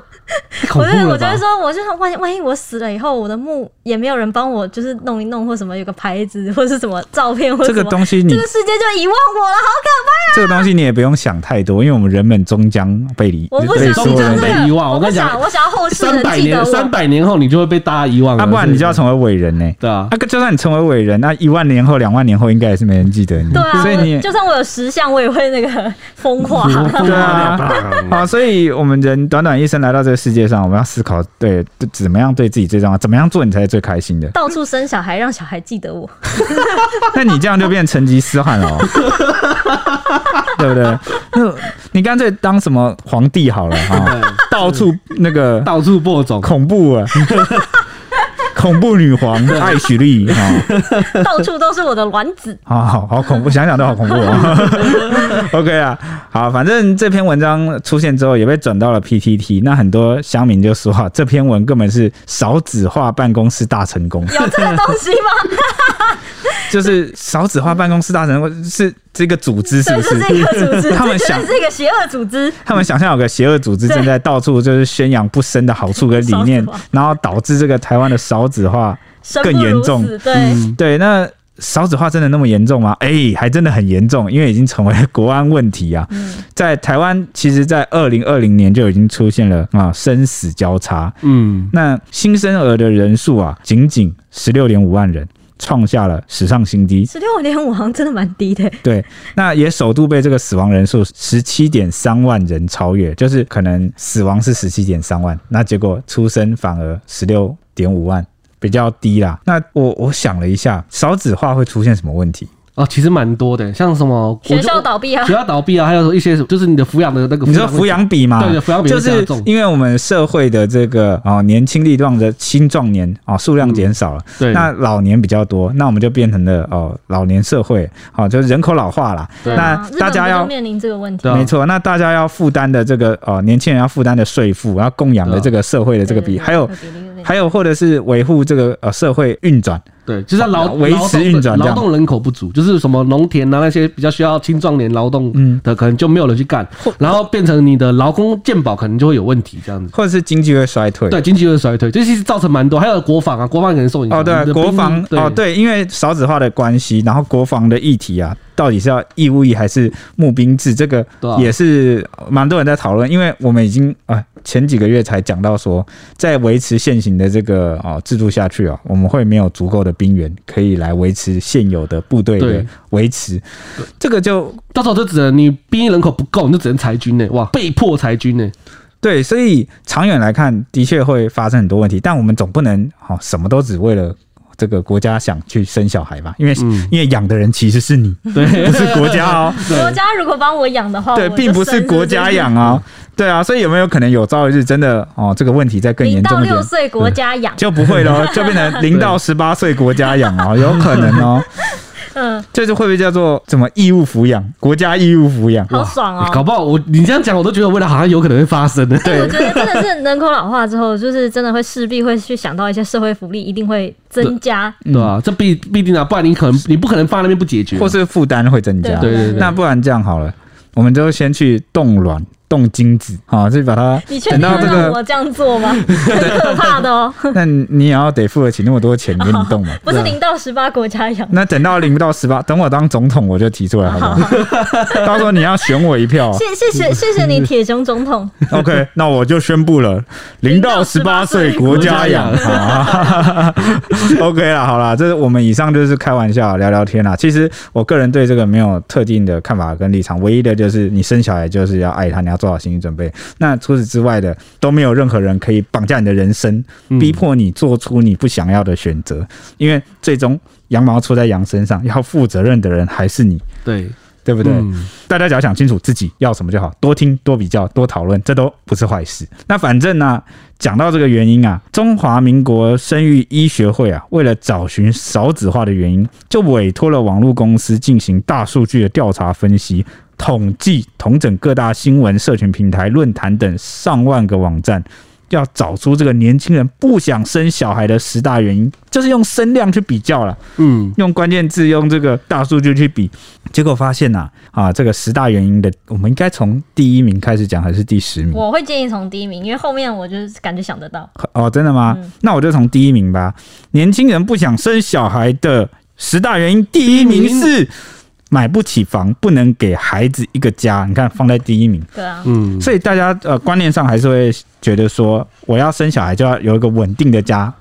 S3: 太恐
S2: 我
S3: 怖
S2: 就
S3: 了
S2: 我就会
S3: 吧？
S2: 说，我就想万一万一我死了以后，我的墓也没有人帮我，就是弄一弄或什么，有个牌子或是什么照片或
S1: 这
S2: 什么，
S1: 个东西你
S2: 这个世界就遗忘我了，好可
S1: 这个东西你也不用想太多，因为我们人们终将被离
S2: 我不
S1: 被
S2: 想
S1: 所有
S2: 这
S1: 人
S2: 个
S1: 被。
S3: 被遗忘
S2: 我
S3: 我
S2: 不
S3: 跟你讲
S2: 想，我想要后世
S3: 三
S2: 人
S3: 百
S2: 记得
S3: 年，三
S2: 我。
S3: 百年后你就会被大家遗忘了，
S1: 啊，不然你就要
S3: 从
S1: 成为伟人呢、
S3: 对啊
S1: 啊，，就算你成为伟人，那一万年后、两万年后应该也是没人记得你。
S2: 对啊，
S1: 所以你
S2: 我就算我有十项，我也会那 个风化。。
S1: 对啊，
S3: 嗯
S1: 好，所以我们人短短一生来到这个世界上，我们要思考，对，对怎么样对自己最重要，怎么样做你才是最开心的
S2: 到处生小孩，让小孩记得我。
S1: 那你这样就变成吉思汗了、哦，对不对？那你干脆当什么皇帝好了哈，到处那个
S3: 到处播种，
S1: 恐怖啊！恐怖女皇艾许丽啊，
S2: 到处都是我的卵子。
S1: 好好啊好恐怖，想想都好恐怖 哦。OK 啊，好，反正这篇文章出现之后也被转到了 PTT，那很多乡民就说啊，这篇文根本是少子化办公室大成功，
S2: 有这个东西吗？
S1: 就是少子化办公室大成功是这个组织 是
S2: 对，
S1: 不
S2: 这
S1: 是？
S2: 是一个组织，
S1: 他们
S2: 这绝
S1: 想
S2: 对是一个邪恶组织。
S1: 他们想象有个邪恶组织正在到处就是宣扬不生的好处跟理念
S2: 少子化，
S1: 然后导致这个台湾的少子化
S2: 生
S1: 更
S2: 不
S1: 严
S2: 如
S1: 重嗯
S2: 死，对，
S3: 嗯
S1: 对，那少子化真的那么严重吗？哎、还真的很严重，因为已经成为了国安问题啊。在台湾，其实，在二零二零年就已经出现了啊生死交叉。
S3: 嗯，
S1: 那新生儿的人数啊，仅仅十六点五万人，创下了史上新低。
S2: 十六点五好像真的蛮低的。
S1: 对，那也首度被这个死亡人数十七点三万人超越，就是可能死亡是十七点三万，那结果出生反而十六点五万，比较低啦。那我我想了一下，少子化会出现什么问题？
S3: 哦，其实蛮多的，像什么我就
S2: 学校倒闭啊
S3: 学，校倒闭啊，还有一些就是你的抚养的那个，
S1: 你说抚养比嘛？
S3: 对对抚养比
S1: 就
S3: 会加
S1: 是
S3: 重
S1: 因为我们社会的这个哦年轻力壮的青壮年哦数量减少了，
S3: 嗯对
S1: 那老年比较多，那我们就变成了哦老年社会，好、哦、就是人口老化啦。
S3: 对
S1: 那
S2: 啊日本
S1: 大家
S2: 不就
S1: 要
S2: 面临这个问题
S3: 对，啊
S1: 没错，那大家要负担的这个哦年轻人要负担的税负，然后供养的这个社会的这个比，还有
S2: 对对对对
S1: 还有或者是维护这个呃社会运转，
S3: 对，就是要劳
S1: 哦维持运转这
S3: 劳
S1: 样
S3: 动人口不足，就是什么农田啊那些比较需要青壮年劳动
S1: 嗯
S3: 的，可能就没有人去干，然后变成你的劳工健保可能就会有问题这样子。
S1: 或者是经济会衰退。
S3: 对，经济会衰退，这其实造成蛮多，还有国防啊，国防可能受影响。
S1: 哦，对啊、
S3: 你的兵
S1: 国防
S3: 对
S1: 哦，对，因为少子化的关系，然后国防的议题啊，到底是要义务役还是募兵制，这个
S3: 对啊
S1: 也是蛮多人在讨论。因为我们已经啊、前几个月才讲到说，在维持现行的这个哦制度下去啊，我们会没有足够的兵源可以来维持现有的部队的
S3: 对
S1: 维持，这个就
S3: 到时候就只能你兵役人口不够，你就只能裁军呢、哇，被迫裁军呢、
S1: 对，所以长远来看，的确会发生很多问题，但我们总不能好、哦、什么都只为了这个国家想去生小孩吧，因为、
S3: 嗯
S1: 因为养的人其实是你，
S3: 对，
S1: 不是国家哦，
S2: 国家如果帮我养的话，
S1: 对，
S2: 我就
S1: 并不是
S2: 哦生
S1: 国家养哦，对啊，所以有没有可能有朝一日真的哦这个问题再更
S2: 零
S1: 严
S2: 到
S1: 重一
S2: 六
S1: 点？
S2: 岁国家养，
S1: 就不会咯，就变成零到十八岁国家养哦，有可能哦，
S2: 嗯，
S1: 这就会不会叫做什么义务抚养？国家义务抚养，
S2: 好爽
S3: 欸搞
S2: 哦。
S3: 不好我你这样讲，我都觉得未来好像有可能会发生的。
S2: 我觉得真的是人口老化之后，就是真的会势必会去想到一些社会福利，一定会增加。
S3: 对啊，这必必定啊，不然你可能你不可能放在那边不解决。啊
S1: 或是负担会增加。
S3: 对对对，
S1: 那不然这样好了，我们就先去冻卵、冻精子，好、就把它
S2: 你确
S1: 等
S2: 定要
S1: 到这
S2: 让我
S1: 个，
S2: 这样 做吗？很可怕的哦，
S1: 那你也要得付得起那么多钱给你冻嘛。
S2: 不是零到十八国家养。
S1: 那等到零到十八，等我当总统我就提出来，好不好？ 到时候你要选我一票啊
S2: 谢谢
S1: 嗯
S2: 谢谢谢你，铁熊总统。
S1: ，OK？那我就宣布了，零到十八岁国家养。好啊 OK 啦，好啦，这是我们以上就是开玩笑聊聊天啦。其实我个人对这个没有特定的看法跟立场，唯一的就是你生小孩就是要爱他，你要做好心理准备。那除此之外的都没有任何人可以绑架你的人生，逼迫你做出你不想要的选择，因为最终羊毛出在羊身上，要负责任的人还是你，
S3: 对
S1: 对不对？
S3: 嗯
S1: 大家只要想清楚自己要什么就好，多听、多比较、多讨论，这都不是坏事。那反正呢、讲到这个原因啊，中华民国生育医学会啊，为了找寻少子化的原因，就委托了网络公司进行大数据的调查分析。统计统整各大新闻、社群平台、论坛等上万个网站，要找出这个年轻人不想生小孩的十大原因，就是用声量去比较了。
S3: 嗯，
S1: 用关键字用这个大数据去比，结果发现呐、啊，这个十大原因的，我们应该从第一名开始讲，还是第十名？
S2: 我会建议从第一名，因为后面我就是感觉想得到，
S1: 哦，真的吗？那我就从第一名吧。年轻人不想生小孩的十大原因，第一名是买不起房，不能给孩子一个家。你看，放在第一名。
S2: 对啊，
S3: 嗯，
S1: 所以大家呃观念上还是会觉得说，我要生小孩就要有一个稳定的家，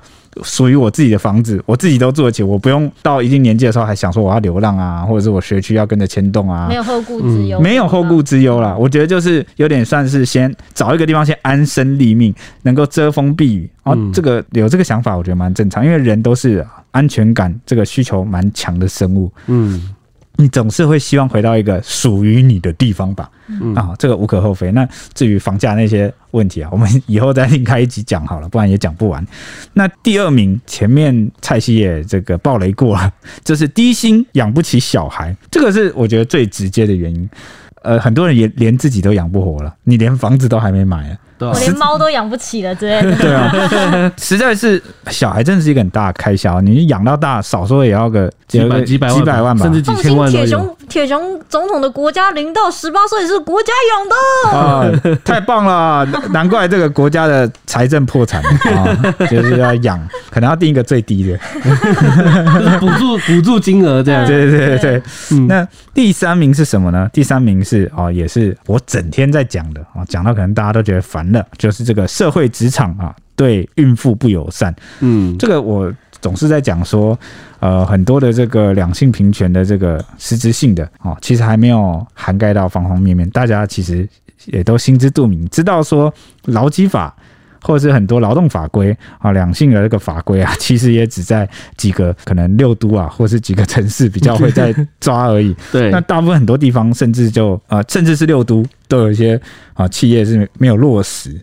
S1: 属于我自己的房子，我自己都住得起，我不用到一定年纪的时候还想说我要流浪啊，或者是我学区要跟着牵动啊
S2: 没，有后顾之忧，
S1: 没有后顾之忧啦。我觉得就是有点算是先找一个地方先安身立命，能够遮风避雨。哦，
S3: 嗯
S1: 这个有这个想法，我觉得蛮正常，因为人都是安全感这个需求蛮强的生物。
S3: 嗯，
S1: 你总是会希望回到一个属于你的地方吧？
S3: 嗯
S1: 啊，这个无可厚非。那至于房价那些问题啊，我们以后再另开一集讲好了，不然也讲不完。那第二名，前面蔡西也这个暴雷过了，就是低薪养不起小孩，这个是我觉得最直接的原因。呃，很多人也连自己都养不活了，你连房子都还没买啊，
S3: 对啊
S2: 我连猫都养不起了之类的。
S1: 对啊，实在是小孩真的是一个很大的开销，啊你养到大，少说也要个
S3: 几百
S1: 几
S3: 几百
S1: 几百万吧，
S3: 甚至
S2: 放
S3: 几千
S2: 心，
S3: 万都
S2: 铁
S3: 有。
S2: 熊铁熊总统的国家零到十八岁是国家养的，
S1: 啊、太棒了！难怪这个国家的财政破产啊、就是要养，可能要定一个最低的。
S3: 补助补助金额这样，
S1: 对对对对。
S3: 嗯
S1: 那第三名是什么呢？第三名是哦，也是我整天在讲的啊，讲到可能大家都觉得烦了，就是这个社会职场啊，对孕妇不友善。
S3: 嗯，
S1: 这个我总是在讲说，呃，很多的这个两性平权的这个实质性的哦，其实还没有涵盖到方方面面，大家其实也都心知肚明，知道说劳基法。或者是很多劳动法规啊，两性的这个法规啊， 其实也只在几个可能六都啊，或是几个城市比较会在抓而已。
S3: 对
S1: 那大部分很多地方甚至就呃，甚至是六都都有一些啊、企业是没有落实。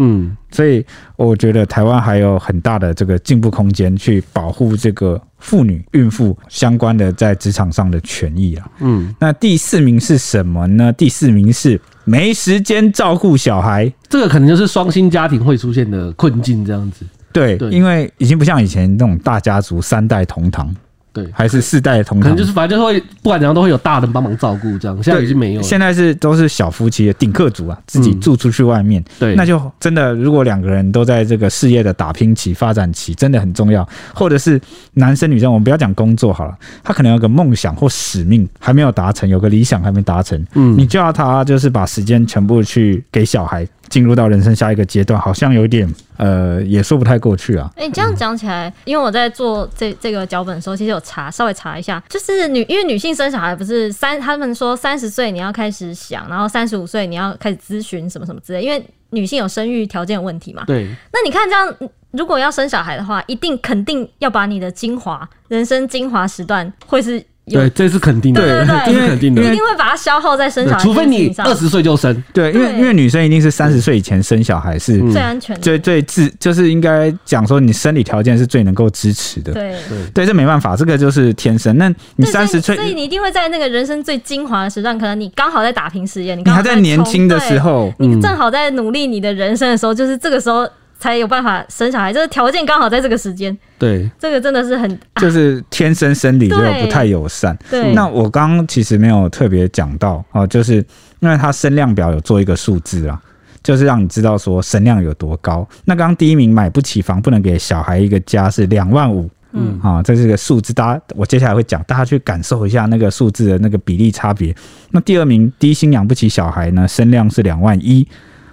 S3: 嗯，
S1: 所以我觉得台湾还有很大的这个进步空间，去保护这个妇女、孕妇相关的在职场上的权益啊。
S3: 嗯，
S1: 那第四名是什么呢？第四名是没时间照顾小孩。
S3: 这个可能就是双薪家庭会出现的困境，这样子。
S1: 对，
S3: 对
S1: 因为已经不像以前那种大家族三代同堂，
S3: 对，
S1: 还是四代同
S3: 可
S1: 堂，
S3: 能就是反正就会不管怎样都会有大人帮忙照顾，这样现在已经没有了。
S1: 现在是都是小夫妻的顶客族啊，自己
S3: 嗯
S1: 住出去外面，
S3: 对，
S1: 那就真的，如果两个人都在这个事业的打拼期、发展期，真的很重要。或者是男生女生，我们不要讲工作好了，他可能有个梦想或使命还没有达成，有个理想还没达成，
S3: 嗯
S1: 你就要他就是把时间全部去给小孩，进入到人生下一个阶段，好像有点呃，也说不太过去啊。
S2: 哎、这样讲起来，因为我在做这这个脚本的时候，其实有查，稍微查一下，就是女，因为女性生小孩不是三，他们说三十岁你要开始想，然后三十五岁你要开始咨询什么什么之类，因为女性有生育条件的问题嘛。
S3: 对，
S2: 那你看这样，嗯如果要生小孩的话，一定肯定要把你的精华，人生精华时段会是有，
S3: 对，这是肯定的，
S2: 对对
S3: 这
S2: 对
S3: 是肯定
S2: 你一
S3: 的
S2: 定。会把它消耗在生小
S3: 对
S2: 孩
S3: 除非
S2: 这件事
S3: 你
S2: 情上
S3: 二十岁就生，
S1: 对，因为
S2: 对
S1: 因为女生一定是三十岁以前生小孩是
S3: 嗯
S2: 最安全的，
S1: 最最自，就是应该讲说你生理条件是最能够支持的。
S2: 对。
S1: 对，这没办法，这个就是天生。那你
S2: 对所以
S1: 三十岁，
S2: 所以你一定会在那个人生最精华的时段，可能你刚好在打拼事业，你
S1: 你
S2: 刚好
S1: 还在年轻的
S2: 冲
S1: 时，候，
S2: 对
S3: 嗯
S2: 你正好在努力你的人生的时候，就是这个时候才有办法生小孩，就是条件刚好在这个时间，
S3: 对，
S2: 这个真的是很
S1: 就是天生生理就
S2: 对
S1: 不太友善。
S2: 对。
S1: 那我刚刚其实没有特别讲到哦，就是因为它声量表有做一个数字啊，就是让你知道说声量有多高。那刚刚第一名买不起房，不能给小孩一个家是两万五。
S3: 嗯
S1: 啊、这是个数字，大家我接下来会讲，大家去感受一下那个数字的那个比例差别。那第二名低薪养不起小孩呢，声量是两万一。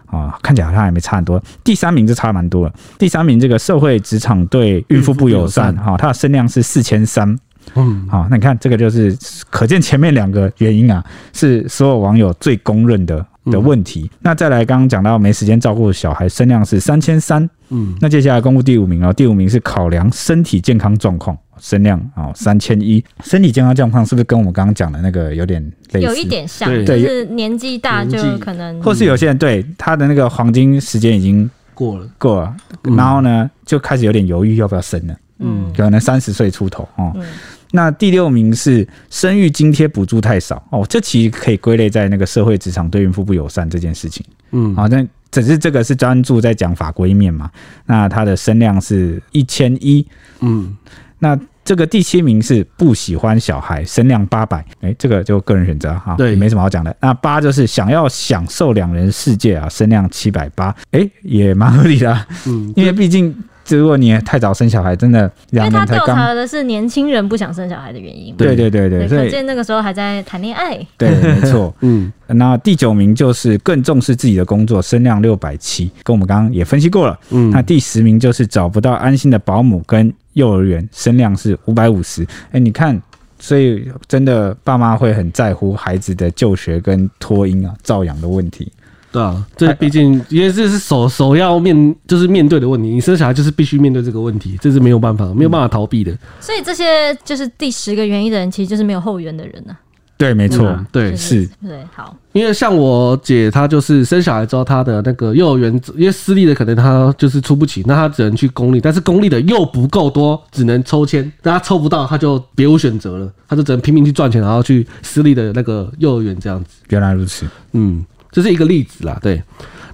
S1: 啊，看起来好像还没差很多。第三名就差蛮多了。第三名这个社会职场对孕妇不友善
S3: 孕妇不友善，
S1: 哈、它的声量是四千三，
S3: 嗯，
S1: 好、那你看这个就是可见前面两个原因啊，是所有网友最公认的
S3: 嗯
S1: 的问题。那再来，刚刚讲到没时间照顾小孩，声量是三千三。
S3: 嗯，
S1: 那接下来公布第五名哦，第五名是考量身体健康状况，声量哦三千一。身体健康状况是不是跟我们刚刚讲的那个有点类似？
S2: 有一点像，
S3: 对
S2: 就是年纪大就
S3: 年纪
S2: 可能
S1: 或是有些人对他的那个黄金时间已经
S3: 过了，
S1: 过了，
S3: 嗯
S1: 然后呢就开始有点犹豫要不要生了，
S2: 嗯
S1: 可能三十岁出头哦。
S2: 嗯，
S1: 那第六名是生育津贴补助太少哦，这其实可以归类在那个社会职场对孕妇不友善这件事情。
S3: 嗯，
S1: 好、但只是这个是专注在讲法规面嘛，那它的声量是一千一。
S3: 嗯，
S1: 那这个第七名是不喜欢小孩，声量八百。哎，这个就个人选择哈，
S3: 对
S1: 也没什么好讲的。那八就是想要享受两人世界啊，声量七百八。哎，也蛮合理的啊、
S3: 嗯，
S1: 因为毕竟如果你太早生小孩，真的
S2: 因
S1: 两
S2: 为他
S1: 人才
S2: 调
S1: 刚。
S2: 查的是年轻人不想生小孩的原因嘛，
S1: 对对对对，所
S2: 可
S1: 以
S2: 见那个时候还在谈恋爱，
S1: 对，没错。
S3: 嗯，
S1: 那第九名就是更重视自己的工作，声量六百七，跟我们刚刚也分析过了。
S3: 嗯
S1: 那第十名就是找不到安心的保姆跟幼儿园，声量是五百五十。哎，你看，所以真的爸妈会很在乎孩子的就学跟托婴啊、照养的问题。
S3: 对啊，这毕竟因为这是首首要面就是面对的问题，你生小孩就是必须面对这个问题，这是没有办法没有办法逃避的。
S2: 所以这些就是第十个原因的人，其实就是没有后援的人呢、
S1: 对，没错，
S3: 嗯对
S2: 就是对，好，
S3: 因为像我姐，她就是生小孩之后，她的那个幼儿园，因为私立的可能她就是出不起，那她只能去公立，但是公立的又不够多，只能抽签，那她抽不到，她就别无选择了，她就只能拼命去赚钱，然后去私立的那个幼儿园这样子。
S1: 原来如此。
S3: 嗯，这是一个例子啦，对。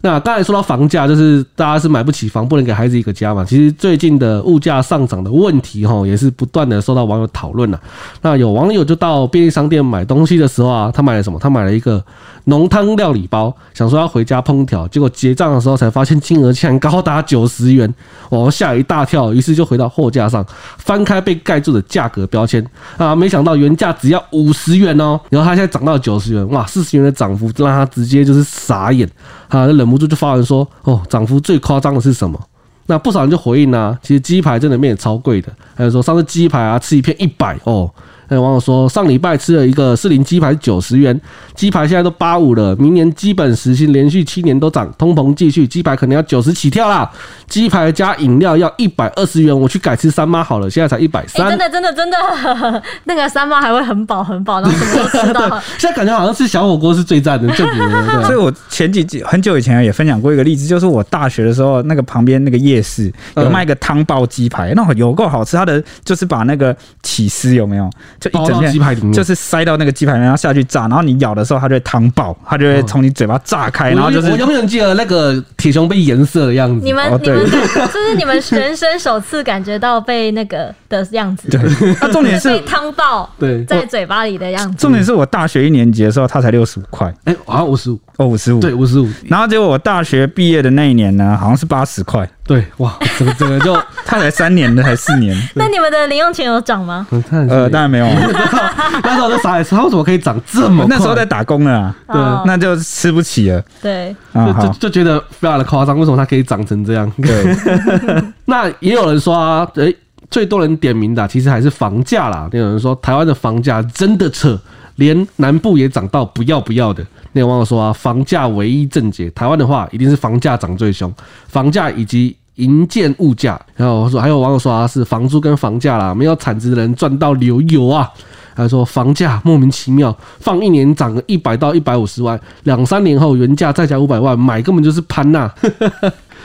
S3: 那刚才说到房价，就是大家是买不起房，不能给孩子一个家嘛。其实最近的物价上涨的问题，哈，也是不断的受到网友讨论了。那有网友就到便利商店买东西的时候啊，他买了什么？他买了一个浓汤料理包，想说要回家烹调，结果结账的时候才发现金额竟然高达九十元，哦，吓一大跳，于是就回到货架上，翻开被盖住的价格标签啊，没想到原价只要五十元哦，然后它现在涨到九十元，哇，四十元的涨幅让他直接就是傻眼，啊，就忍不住就发文说，哦，涨幅最夸张的是什么？那不少人就回应啊，其实鸡排真的变得超贵的，还有说上次鸡排啊吃一片一百哦，那有网友说，上礼拜吃了一个士林鸡排九十元，鸡排现在都八五了，明年基本时薪连续七年都涨，通膨继续，鸡排可能要九十起跳啦。鸡排加饮料要一百二十元，我去改吃三妈好了，现在才一百
S2: 哎、
S3: 三。
S2: 真。的真的真的， 那个三妈还会很饱很饱，然后什么都吃到
S3: 现在感觉好像吃小火锅是最赞的，就比 了。
S1: 所以
S3: 对
S1: 我前几集很久以前也分享过一个例子，就是我大学的时候，那个旁边那个夜市有
S3: 嗯
S1: 卖一个汤爆鸡排，那有够好吃。它的就是把那个起司有没有，就一
S3: 包
S1: 整
S3: 到鸡
S1: 片。
S3: 排里面，
S1: 就是塞到那个鸡排里面，然后下去炸，然后你咬的时候，它就会汤爆，它就会从你嘴巴炸开，哎然后
S3: 我
S1: 就
S3: 永
S1: 是
S3: 嗯我永远记得那个铁熊被颜色的样子。
S2: 你们、
S1: 哦
S2: 你
S1: 对
S2: 们感，这是你们人生首次感觉到被那个的样子，
S1: 对。那重点
S2: 就是
S1: 是
S2: 被，汤爆
S3: 对，
S2: 在嘴巴里的样子。
S1: 重点是我大学一年级的时候，它才六十五块，
S3: 哎，好像五十五，
S1: 哦五十五，
S3: 对，五十五，
S1: 然后结果我大学毕业的那一年呢，好像是八十块，
S3: 对，哇，整 个整个就，
S1: 它才三年的，才四 年，
S2: 那你们的零用钱有涨吗？
S3: 嗯看
S1: 呃，
S3: 起来
S1: 当然没有，
S3: 那时候我就傻眼，它为什么可以长这么快？
S1: 那时候在打工了啊，
S3: 对
S2: 哦
S1: 那就吃不起了
S2: 对，
S1: 啊。
S3: 就 就
S1: 好，
S3: 就觉得非常的夸张，为什么它可以长成这样？
S1: 对，
S3: 那也有人说啊，诶、最多人点名的啊、其实还是房价啦。那有人说台湾的房价真的扯，连南部也涨到不要不要的。那有网友说啊，房价唯一症结，台湾的话一定是房价涨最凶，房价以及。营建物价，然后我说还有网友说啊，是房租跟房价啦，没有产值的人赚到流油啊。他说房价莫名其妙放一年涨个一百到一百五十万，两三年后原价再加五百万，买根本就是潘呐、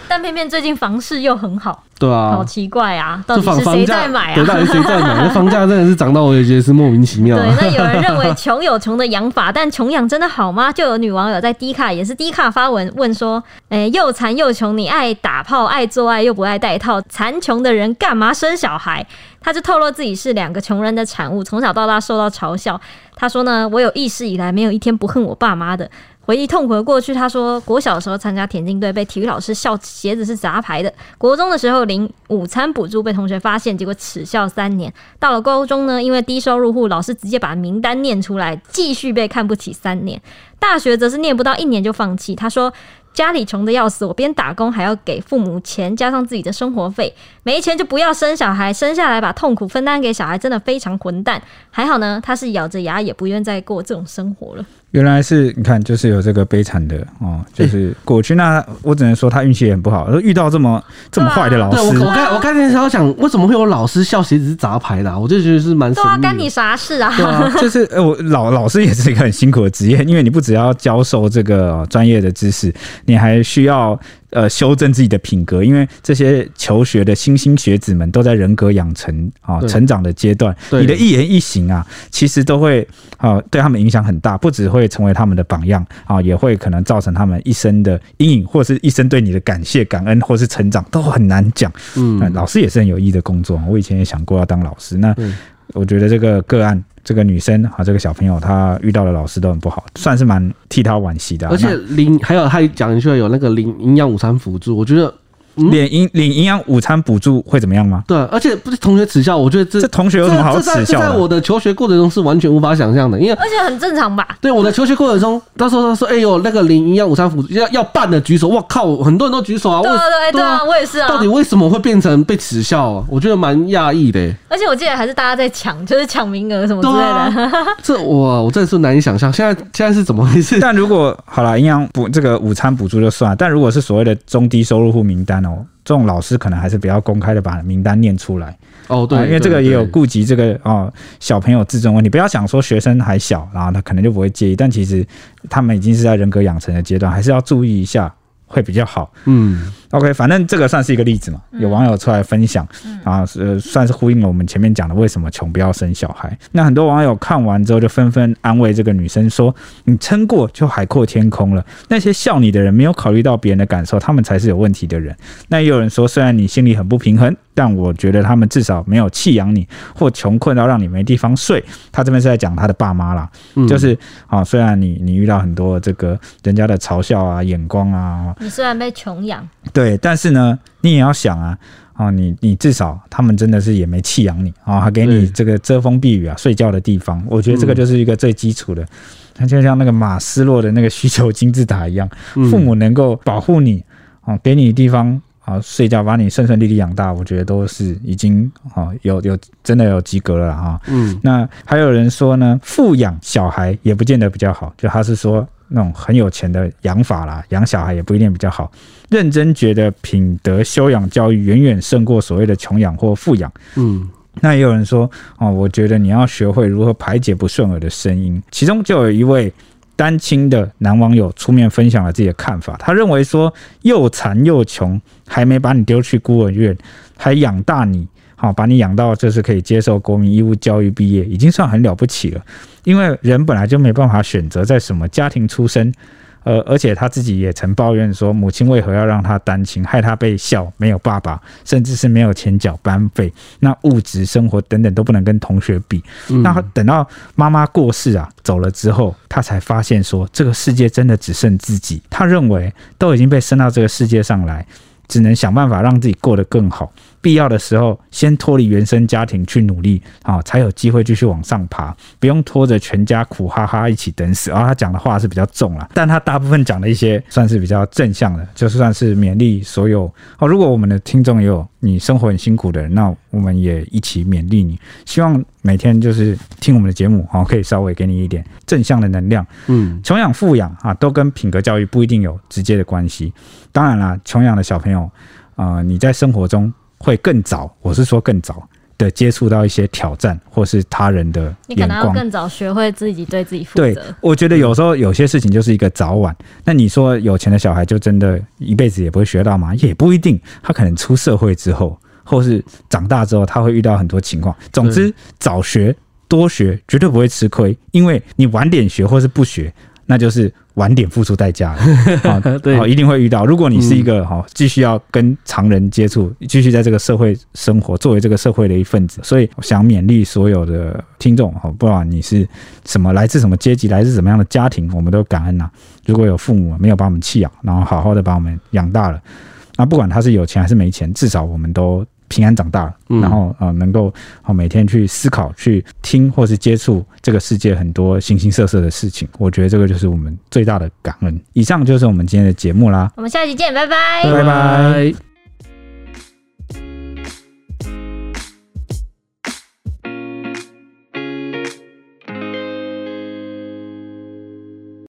S2: 但偏偏最近房市又很好，
S3: 对啊，
S2: 好奇怪啊！到
S3: 这
S2: 底
S3: 房
S2: 是
S3: 房
S2: 谁
S3: 价
S2: 在买
S3: 对，到
S2: 啊？
S3: 底谁在买？那房价真的是涨到我也觉得是莫名其妙、
S2: 对
S3: 啊。，
S2: 那有人认为穷有穷的养法，但穷养真的好吗？就有女网友在低卡也是低卡发文问说：“诶、又残又穷，你爱打炮、爱做爱又不爱戴套，残穷的人干嘛生小孩？”他就透露自己是两个穷人的产物，从小到大受到嘲笑。他说呢：“我有意识以来没有一天不恨我爸妈的。”回忆痛苦的过去，他说国小的时候参加田径队被体育老师笑鞋子是杂牌的，国中的时候领午餐补助被同学发现，结果耻笑三年。到了高中呢，因为低收入户，老师直接把名单念出来，继续被看不起三年。大学则是念不到一年就放弃。他说。家里穷的要死，我边打工还要给父母钱，加上自己的生活费，没钱就不要生小孩，生下来把痛苦分担给小孩，真的非常混蛋。还好呢，他是咬着牙也不愿再过这种生活了。
S1: 原来是你看，就是有这个悲惨的哦，就是过去。那我只能说他运气也很不好，遇到这么这么坏的老
S3: 对我
S1: 师。
S3: 我刚我刚才想想，为什么会有老师笑鞋子是杂牌的啊、我就觉得是蛮神
S2: 对啊，
S3: 秘
S2: 干
S3: 的
S2: 你啥事啊？
S1: 对啊，就是呃，我老老师也是一个很辛苦的职业，因为你不只要教授这个呃专业的知识，你还需要呃修正自己的品格，因为这些求学的新兴学子们都在人格养成啊、
S3: 对
S1: 成长的阶段，
S3: 对
S1: 你的一言一行啊，其实都会啊、对他们影响很大，不只会成为他们的榜样啊、也会可能造成他们一生的阴影，或是一生对你的感谢、感恩，或是成长都很难讲。 嗯，老师也是很有意义的工作。我以前也想过要当老师，那
S3: 嗯
S1: 我觉得这个个案，这个女生啊，这个小朋友，她遇到的老师都很不好，算是蛮替她惋惜的啊、
S3: 而且领还有还讲一句有那个领营养午餐辅助，我觉得
S1: 那领营领营养午餐补助会怎么样吗？
S3: 对啊，而且不是同学耻笑，我觉得这
S1: 这同学有什么好
S3: 这在
S1: 耻笑
S3: 这在
S1: 的
S3: 我？的求学过程中是完全无法想象的，因为。
S2: 而且很正常吧？
S3: 对我的求学过程中，到时候他说：“哎呦，那个领营养午餐辅助要要办的举手，我靠，很多人都举手啊！
S2: 对
S3: 为
S2: 啊，对啊，对啊，我也是啊。
S3: 到底为什么会变成被耻笑啊？我觉得蛮讶异的、欸。
S2: 而且我记得还是大家在抢，就是抢名额什么之
S3: 对
S2: 类的。
S3: 啊，这我我真的是难以想象，现在现在是怎么 回事？
S1: 但如果好了，营养补这个午餐补助就算了，但如果是所谓的中低收入户名单哦，这种老师可能还是不要公开的把名单念出来。
S3: 哦，对
S1: 啊，因为这个
S3: 对
S1: 也有
S3: 对
S1: 顾及这个哦小朋友自尊问题。不要想说学生还小，然后他可能就不会介意，但其实他们已经是在人格养成的阶段，还是要注意一下会比较好。
S3: 嗯，
S1: OK，反正这个算是一个例子嘛，有网友出来分享、啊，呃，算是呼应了我们前面讲的为什么穷不要生小孩。那很多网友看完之后就纷纷安慰这个女生说：“你撑过就海阔天空了。那些笑你的人没有考虑到别人的感受，他们才是有问题的人。”那也有人说，虽然你心里很不平衡，但我觉得他们至少没有弃养你或穷困到让你没地方睡。他这边是在讲他的爸妈啦，
S3: 嗯
S1: 就是啊，虽然你你遇到很多这个人家的嘲笑啊、眼光啊，
S2: 你虽然被穷养，
S1: 对，但是呢，你也要想啊，哦，你你至少他们真的是也没弃养你啊、哦，还给你
S3: 对
S1: 这个遮风避雨啊、睡觉的地方。我觉得这个
S3: 嗯
S1: 就是一个最基础的，它就像那个马斯洛的那个需求金字塔一样，
S3: 嗯
S1: 父母能够保护你，哦，给你地方。啊睡觉把你顺顺利利养大，我觉得都是已经啊有有真的有及格了哈、
S3: 嗯，
S1: 那还有人说呢，富养小孩也不见得比较好，就他是说那种很有钱的养法啦，养小孩也不一定比较好。认真觉得品德修养教育远远胜过所谓的穷养或富养。
S3: 嗯，
S1: 那也有人说，哦，我觉得你要学会如何排解不顺耳的声音。其中就有一位单亲的男网友出面分享了自己的看法，他认为说，又残又穷，还没把你丢去孤儿院，还养大你。好，把你养到就是可以接受国民义务教育毕业，已经算很了不起了。因为人本来就没办法选择在什么家庭出生，呃，而且他自己也曾抱怨说，母亲为何要让他单亲，害他被笑没有爸爸，甚至是没有钱缴班费，那物质生活等等都不能跟同学比。
S3: 嗯
S1: 那他等到妈妈过世啊走了之后，他才发现说，这个世界真的只剩自己。他认为都已经被生到这个世界上来，只能想办法让自己过得更好。必要的时候，先脱离原生家庭去努力啊，才有机会继续往上爬，不用拖着全家苦哈哈一起等死。然、后他讲的话是比较重了，但他大部分讲的一些算是比较正向的，就算是勉励所有哦。如果我们的听众也有你生活很辛苦的人，那我们也一起勉励你，希望每天就是听我们的节目哦，可以稍微给你一点正向的能量。
S3: 嗯
S1: 穷养富养啊，都跟品格教育不一定有直接的关系。当然啦，穷养的小朋友，啊，你在生活中会更早，我是说更早的接触到一些挑战或是他人的
S2: 你可
S1: 眼
S2: 能要
S1: 光。
S2: 更早学会自己对自己负
S1: 对
S2: 责。，
S1: 我觉得有时候有些事情就是一个早晚。那你说有钱的小孩就真的一辈子也不会学到吗？也不一定，他可能出社会之后，或是长大之后，他会遇到很多情况。总之，早学多学绝对不会吃亏，因为你晚点学或是不学，那就是晚点付出代价了。好、
S3: 对
S1: 好一定会遇到。如果你是一个好继续要跟常人接触，继续在这个社会生活，作为这个社会的一份子，所以我想勉励所有的听众，好，不管你是什么来自什么阶级，来自什么样的家庭，我们都感恩呐、啊如果有父母没有把我们弃养，然后好好的把我们养大了，那不管他是有钱还是没钱，至少我们都。平安长大了，
S3: 嗯
S1: 然后呃，能够哦每天去思考、去听或是接触这个世界很多形形色色的事情，我觉得这个就是我们最大的感恩。以上就是我们今天的节目啦。
S2: 我们下一集见，拜拜。
S1: 拜拜。